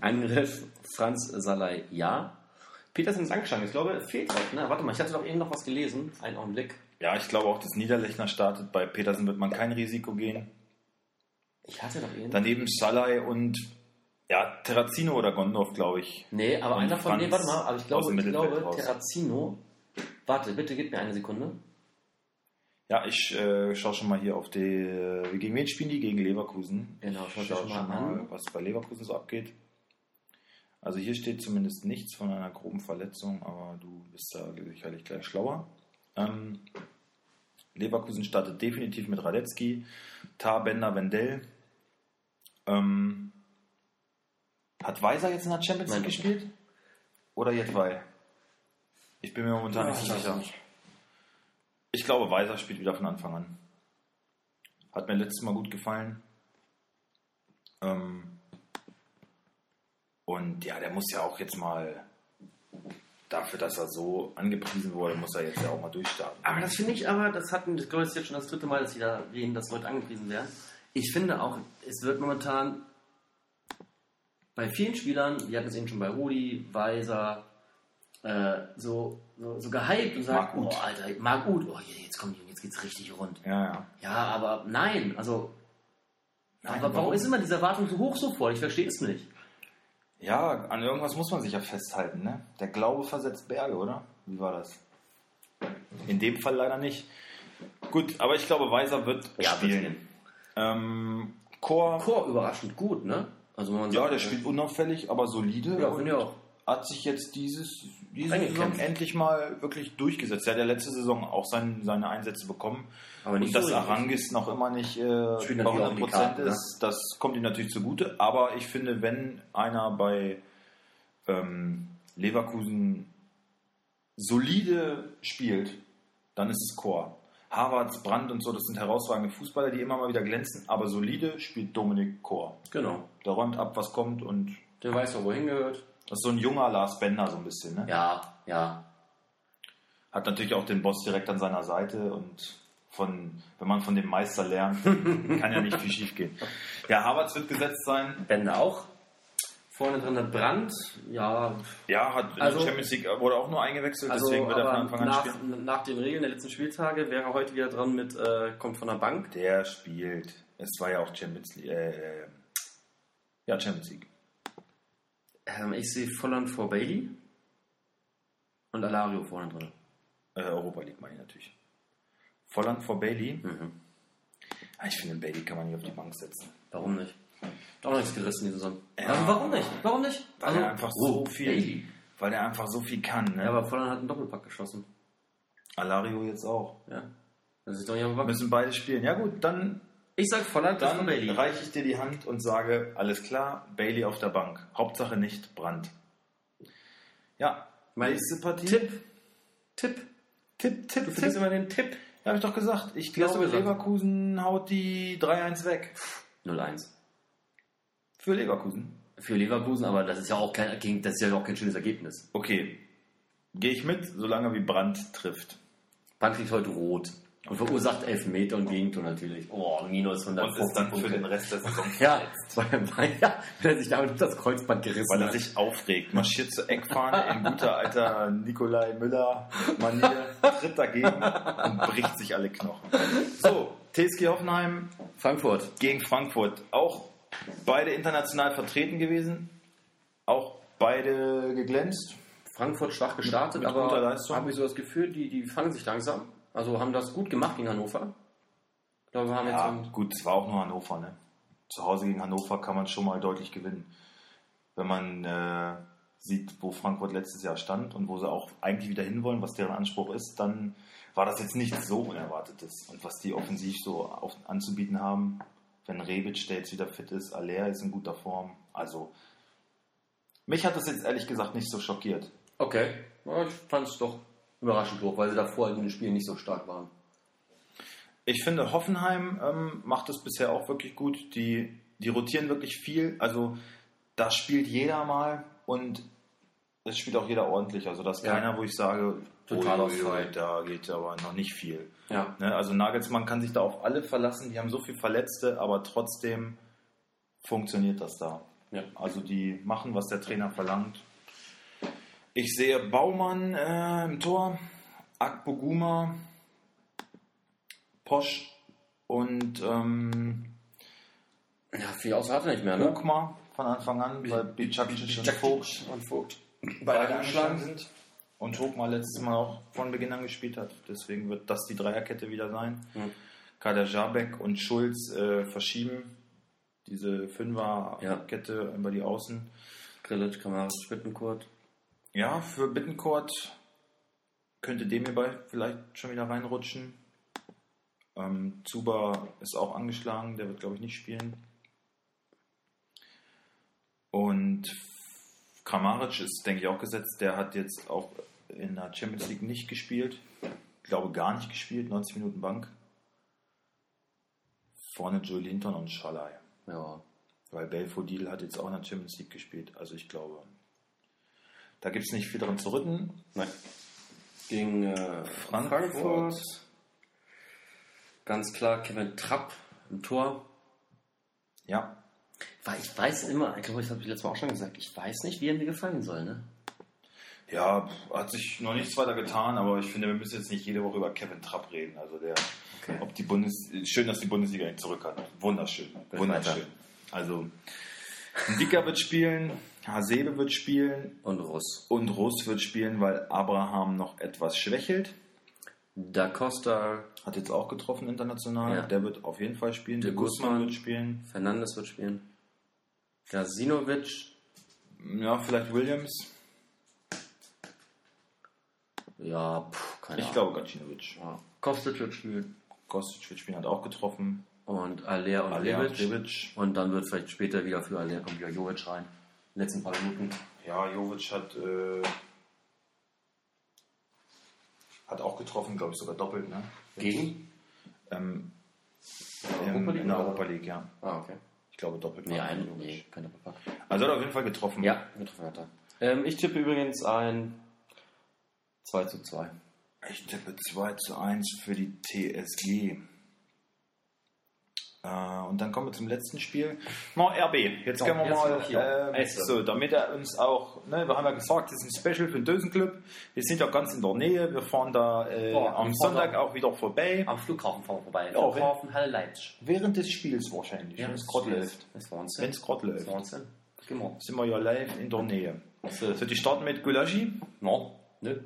Angriff: Franz Salai, ja. Petersen ist angeschlagen. Ich glaube, fehlt was. Ne? Warte mal, ich hatte doch eben noch was gelesen. Einen Augenblick.
Ja, ich glaube auch, dass Niederlechner startet. Bei Petersen wird man kein Risiko gehen.
Ich hatte doch eben.
Daneben Salai und ja, Terrazino oder Gondorf, glaube ich.
nee, aber
Und
einer von.
Franz
Nee, warte mal, aber ich
aus
glaube,
dem
ich
Mittelfeld
glaube
raus.
Terrazino. Warte, bitte gib mir eine Sekunde.
Ja, ich äh, schaue schon mal hier auf die. Äh, gegen wen spielen die? Gegen Leverkusen.
Genau,
ich
schau
schaue
dir
schon
schon
mal,
mal an.
was bei Leverkusen so abgeht. Also hier steht zumindest nichts von einer groben Verletzung, aber du bist da sicherlich gleich schlauer. Ähm, Leverkusen startet definitiv mit Radetzky, Tar, Bender, Wendell. Ähm, hat Weiser jetzt in der Champions League
Nein.
gespielt? Oder Jedwai? Ich bin mir momentan nicht so sicher. Ich glaube, Weiser spielt wieder von Anfang an. Hat mir letztes Mal gut gefallen. Ähm und ja, der muss ja auch jetzt mal, dafür, dass er so angepriesen wurde, muss er jetzt ja auch mal durchstarten.
Aber das finde ich aber, das hatten, ich glaube, das ist jetzt schon das dritte Mal, dass sie da reden, dass Leute angepriesen werden. Ich finde auch, es wird momentan bei vielen Spielern, wir hatten es eben schon bei Rudi, Weiser, äh, so, so, so gehypt und sagt,
Marc Uth.
oh Alter, Marc Uth, oh je, jetzt kommt jetzt geht's richtig rund.
Ja, ja.
Ja, aber nein, also
Nein,
aber warum
warum?
ist immer diese Erwartung so hoch sofort? Ich verstehe es nicht.
Ja, an irgendwas muss man sich ja festhalten, ne? Der Glaube versetzt Berge, oder? Wie war das? In dem Fall leider nicht. Gut, aber ich glaube, Weiser wird spielen. Ähm, Chor,
Chor überraschend gut, ne? Also wenn man
ja,
sagt,
der
äh,
spielt unauffällig, aber solide.
Ja,
und
finde ich auch.
hat sich jetzt dieses, diese
Eingekämpft.
Saison endlich mal wirklich durchgesetzt. Er hat ja letzte Saison auch sein, seine Einsätze bekommen.
Aber
Und dass
so richtig.
Arangis noch immer nicht äh, bei
Spielt natürlich auch
100
in die Karten, ne?
ist, das kommt ihm natürlich zugute. Aber ich finde, wenn einer bei ähm, Leverkusen solide spielt, dann ist es Chor. Havertz, Brandt und so, das sind herausragende Fußballer, die immer mal wieder glänzen, aber solide spielt Dominik Chor.
Genau.
Der räumt ab, was kommt und
Der weiß doch, wohin gehört.
das ist so ein junger Lars Bender so ein bisschen. Ne?
Ja, ja.
Hat natürlich auch den Boss direkt an seiner Seite und von, wenn man von dem Meister lernt, kann ja nicht viel schief gehen. Ja, Havertz wird gesetzt sein.
Bender auch. Vorne drin der Brand. Ja,
Ja, hat in
Also-
der Champions League wurde auch nur eingewechselt,
also
deswegen wird er von
aber
Anfang an
nach,
spielen.
nach den Regeln der letzten Spieltage wäre er heute wieder dran mit, äh, kommt von der Bank.
Der spielt. Es war ja auch Champions League. Äh, ja, Champions League.
Ähm, ich sehe Volland vor Bailey und Alario vorne drin.
Äh, Europa League meine ich natürlich. Volland vor Bailey.
Mhm.
Ah, Ich finde, Bailey kann man nicht auf die Bank setzen.
Warum nicht? Hat Auch nichts gerissen diese Saison.
Ja.
Also warum nicht? Warum nicht?
Weil
also,
er einfach so viel.
Bailey.
Weil er einfach so viel kann. Ne?
Ja, aber Volland hat einen Doppelpack geschossen.
Alario jetzt auch.
Ja. Das ist doch nicht auf der Bank.
Müssen beide spielen. Ja gut, dann,
Ich sag Volland ist
dann
vor Bailey.
reiche ich dir die Hand und sage, alles klar, Bailey auf der Bank. Hauptsache nicht Brand. Ja,
Mein
nächste Partie.
Tipp. Tipp.
Tipp, Tipp,
Du
Tipp.
findest immer den Tipp.
Ja, habe ich doch gesagt. Ich
Du hast
glaube,
doch gesagt.
Leverkusen haut die 3-1 weg.
0-1.
Für Leverkusen.
Für Leverkusen, aber das ist ja auch kein, gegen- das ist ja auch kein schönes Ergebnis.
Okay, gehe ich mit, solange wie Brand trifft.
Bank kriegt heute rot. Und verursacht Elfmeter und Gegentor natürlich. Oh, minus
Und
150
ist dann für
Punkte.
den Rest der Saison.
Ja, weil, weil, ja, weil er sich damit das Kreuzband gerissen
Weil er
hat.
sich aufregt, marschiert zur Eckfahne in guter alter Nikolai Müller-Manier, tritt dagegen und bricht sich alle Knochen. So, TSG Hoffenheim
Frankfurt.
gegen Frankfurt. Auch beide international vertreten gewesen, auch beide geglänzt.
Frankfurt schwach gestartet,
Mit guter
aber
Leistung.
habe ich so das Gefühl, die, die fangen sich langsam. Also haben das gut gemacht gegen Hannover. Ich glaube, wir haben
Ja,
jetzt so ein-
gut, es war auch nur Hannover. Ne? Zu Hause gegen Hannover kann man schon mal deutlich gewinnen. Wenn man äh, sieht, wo Frankfurt letztes Jahr stand und wo sie auch eigentlich wieder hinwollen, was deren Anspruch ist, dann war das jetzt nichts so Unerwartetes. Und was die offensiv so auf, anzubieten haben, wenn Rebic, der jetzt wieder fit ist, Aller ist in guter Form. Also, mich hat das jetzt ehrlich gesagt nicht so schockiert.
Okay. Ja, ich fand es doch überraschend hoch, weil sie davor halt in den Spielen nicht so stark waren.
Ich finde, Hoffenheim ähm, macht es bisher auch wirklich gut. Die, die rotieren wirklich viel. Also da spielt jeder mal und es spielt auch jeder ordentlich. Also da ist
Ja.
keiner, wo ich sage,
Total
uiuiui,
ausfrei.
da geht aber noch nicht viel.
Ja.
Ne? Also Nagelsmann kann sich da auf alle verlassen. Die haben so viel Verletzte, aber trotzdem funktioniert das da.
Ja.
Also die machen, was der Trainer verlangt. Ich sehe Baumann äh, im Tor, Akboguma, Posch und ähm,
Ja, viel außer hat er nicht mehr, ne?
Okma von Anfang an, weil Bicacic und Vogt
und Vogt.
beide angeschlagen sind. Und Hochma letztes Mal auch von Beginn an gespielt hat. Deswegen wird das die Dreierkette wieder sein.
Mhm.
Kader Jabek und Schulz äh, verschieben diese Fünferkette über die Außen.
Grillitsch, Kramaric, Spittenkurt.
Ja, für Bittencourt könnte dem hierbei vielleicht schon wieder reinrutschen. Ähm, Zuba ist auch angeschlagen, der wird glaube ich nicht spielen. Und Kramaric ist, denke ich, auch gesetzt. Der hat jetzt auch in der Champions League nicht gespielt. Ich glaube, gar nicht gespielt. 90 Minuten Bank. Vorne Joe Linton und Schalai.
Ja.
Weil Belfodil hat jetzt auch in der Champions League gespielt. Also ich glaube, da gibt es nicht viel dran zu rütteln.
Nein. Gegen äh, Frankfurt.
Frankfurt.
Ganz klar Kevin Trapp im Tor.
Ja,
Weil ich weiß immer, ich glaube, ich habe das letztes Mal auch schon gesagt, ich weiß nicht, wie er mir gefallen soll, ne?
Ja, pf, hat sich noch nichts weiter getan, aber ich finde, wir müssen jetzt nicht jede Woche über Kevin Trapp reden. Also der,
Okay.
ob die Bundes äh, schön, dass die Bundesliga ihn zurück hat. Wunderschön,
Bin
wunderschön.
weiter.
Also Dicker wird spielen, Hasebe wird spielen
Und Russ.
und Russ wird spielen, weil Abraham noch etwas schwächelt.
Da Costa,
Hat jetzt auch getroffen international.
Ja.
Der wird auf jeden Fall spielen.
Der
Der Guzman
Guzman.
wird spielen.
Fernandes wird spielen. Gasinovic.
Ja, vielleicht Williams.
Ja, pff, keine
Ich
Ahnung.
glaube Gacinovic.
Ja. Kostic wird spielen.
Kostic wird spielen, hat auch getroffen.
Und Alea und
Alea
Levic.
Rebic.
Und dann wird vielleicht später wieder für Alea kommt wieder Jovic rein. In den letzten paar Minuten.
Ja, Jovic hat, äh, hat auch getroffen, glaube ich, sogar doppelt, ne?
Gegen?
Ähm,
Europa
ähm,
League
in der
oder?
Europa League, ja.
Ah, okay.
Ich glaube doppelt.
Nee,
war
ein.
Jovic.
Nee, keine Verpackung.
Also hat er auf jeden Fall getroffen.
Ja, getroffen hat er. Ähm, ich tippe übrigens ein 2 zu 2.
Ich tippe 2 zu 1 für die TSG. Äh, und dann kommen wir zum letzten Spiel. Genau. Mal RB. Jetzt können wir
jetzt noch hier.
mal. Äh,
Also.
so, damit er uns auch. Ne, wir haben ja gesagt, das ist ein Special für den Dösenclub. Wir sind ja ganz in der Nähe. Wir fahren da äh,
Boah,
am
wir fahren
Sonntag
da-
auch wieder vorbei.
Am Flughafen fahren wir vorbei.
Ja,
Flughafen Halle Leipzig.
Während des Spiels wahrscheinlich.
Ja,
wenn
das
es gerade läuft.
Das war uns.
Wenn es gerade
Das
läuft.
war uns. Genau.
Sind wir ja live in der Nähe.
So,
So, die starten mit Gulaschi.
no, ne?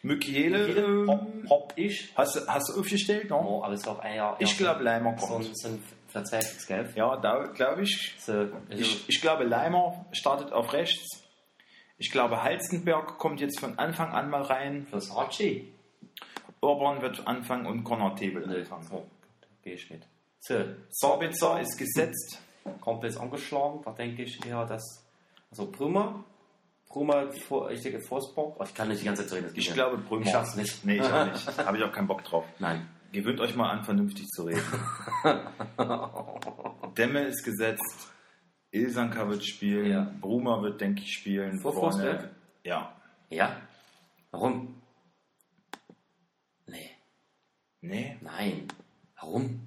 Mückiele. Ähm,
Hopp, hopp, ich.
hast, du- hast du aufgestellt? No?
No, aber es ist auch ein Jahr.
Ich glaube, Leimer
so
kommt.
ein, so ein verzweifliches Gelb.
Ja, da glaube ich.
So, also
Ich, ich glaube, Leimer startet auf rechts. Ich glaube, Halstenberg kommt jetzt von Anfang an mal rein.
plus Archie.
Orban wird anfangen und Connor Tebel anfangen.
So, gehe ich mit. So,
Sabitzer ist gesetzt.
komplett angeschlagen. Da denke ich eher, dass. Also Brümmer. Brümmer, vor- ich denke Forsberg. Oh, ich kann nicht die ganze Zeit reden. das geht
Ich
nicht.
glaube, Brömer.
Ich schaff's nicht.
Nee, ich auch nicht. Habe ich auch keinen Bock drauf.
Nein.
Gewöhnt euch mal an, vernünftig zu reden. Demme ist gesetzt. Ilsanka wird spielen.
Ja.
Bruma wird, denke ich, spielen.
Vor
Vorne.
Forsberg?
Ja.
Ja? Warum? Nee.
Nee,
Nein. Warum?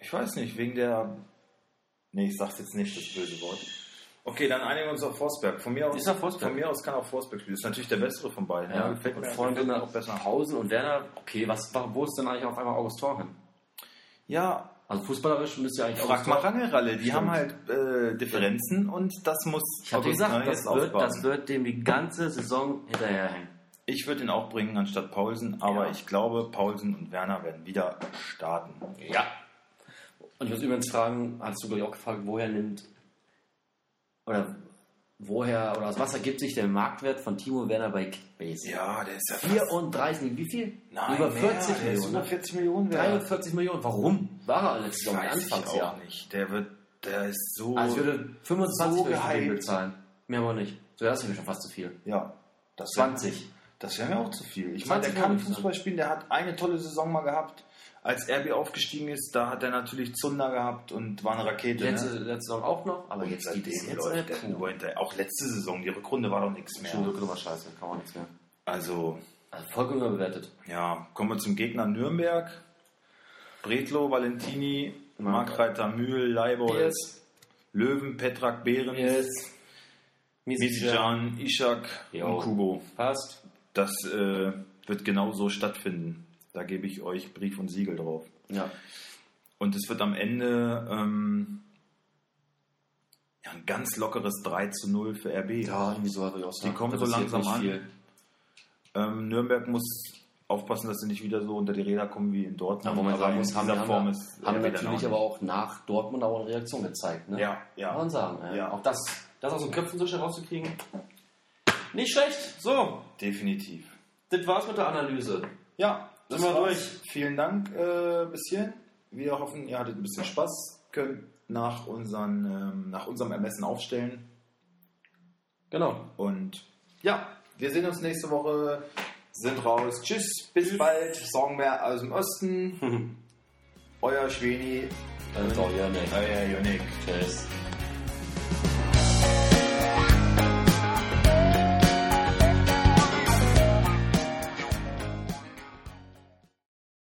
Ich weiß nicht, wegen der. Nee, ich sag's jetzt nicht, das böse Wort. Okay, dann einigen wir uns auf Forsberg. Von mir aus,
Ist er Forsberg?
Von mir aus kann auch Forsberg spielen. Ist natürlich der bessere von beiden.
Ja,
gefällt mir,
Freunde
gefällt mir
nach
auch besser.
Pausen und Werner. Okay, was, wo ist denn eigentlich auf einmal August Thor hin?
Ja,
Also fußballerisch müsste ja eigentlich
frag mal
Thor-
Rangeralle. Die
Stimmt.
haben halt äh, Differenzen und das muss.
Ich habe
August
gesagt,
Neuer
das
jetzt
wird,
aufbauen.
das wird dem die ganze Saison hinterherhängen.
Ich würde ihn auch bringen anstatt Paulsen, aber
Ja.
ich glaube, Paulsen und Werner werden wieder starten.
Ja. Und ich muss übrigens fragen, hast du glaube ich auch gefragt, woher nimmt oder woher oder aus was ergibt sich der Marktwert von Timo Werner bei Kickbase?
Ja, der ist ja. fast-
34, wie viel?
mehr,
über 40
der ist
Millionen.
Über 40 Millionen wert.
43 Millionen. Warum? War er letztes Jahr um
Weiß ich auch
Anfangsjahr?
nicht. Der wird. Der ist so.
Also ich würde 25
So
für den
gehypt.
bezahlen. Mehr aber nicht. So, das ist mir schon fast zu viel.
ja. Das wär-
20.
Das wäre mir auch zu viel. Ich meine, der kann
20
Fußball spielen, der hat eine tolle Saison mal gehabt. Als RB aufgestiegen ist, da hat er natürlich Zunder gehabt und war eine Rakete.
Letzte,
ne?
letzte Saison auch noch, aber
Und
jetzt
seitdem
geht es jetzt
läuft der
puh.
nur hinterher. Auch letzte Saison, die Rückrunde war doch nichts mehr.
Schule, Grümmer, Scheiße, kann man nichts mehr.
Also,
Also vollkommen überbewertet.
ja, kommen wir zum Gegner Nürnberg. Bredlo, Valentini, Markreiter, Mühl, Leibold, Löwen, Petrak, Behrens,
Yes.
Misijan, Ishak
Jo.
und Kubo.
Passt.
Das äh, wird genau so stattfinden. Da gebe ich euch Brief und Siegel drauf.
Ja.
Und es wird am Ende ähm, ja, ein ganz lockeres 3 zu 0 für RB.
Ja, irgendwie so habe ich auch
Die kommen so langsam an. Ähm, Nürnberg muss aufpassen, dass sie nicht wieder so unter die Räder kommen wie in
Da
Dortmund.
wo man sagen
in
muss, haben,
dieser
haben, haben,
ist
haben
RB dann
natürlich
auch
aber auch nach Dortmund auch eine Reaktion gezeigt. Ne?
nicht. Ja,
Kann man
ja.
sagen. Ja.
Ja.
Auch das, das aus den Köpfen so schnell rauszukriegen. Nicht schlecht. So,
Definitiv.
das war's mit der Analyse.
Ja,
das war's.
Vielen Dank äh, bis hierhin. Wir hoffen, ihr hattet ein bisschen Spaß. Könnt nach, unseren, ähm, nach unserem Ermessen aufstellen.
Genau.
Und ja, wir sehen uns nächste Woche. Sind raus. Tschüss, bis bald. Sorgen mehr aus dem
Mhm.
Osten. Euer Schweni,
Dann ist auch ja
euer Jonik.
Tschüss.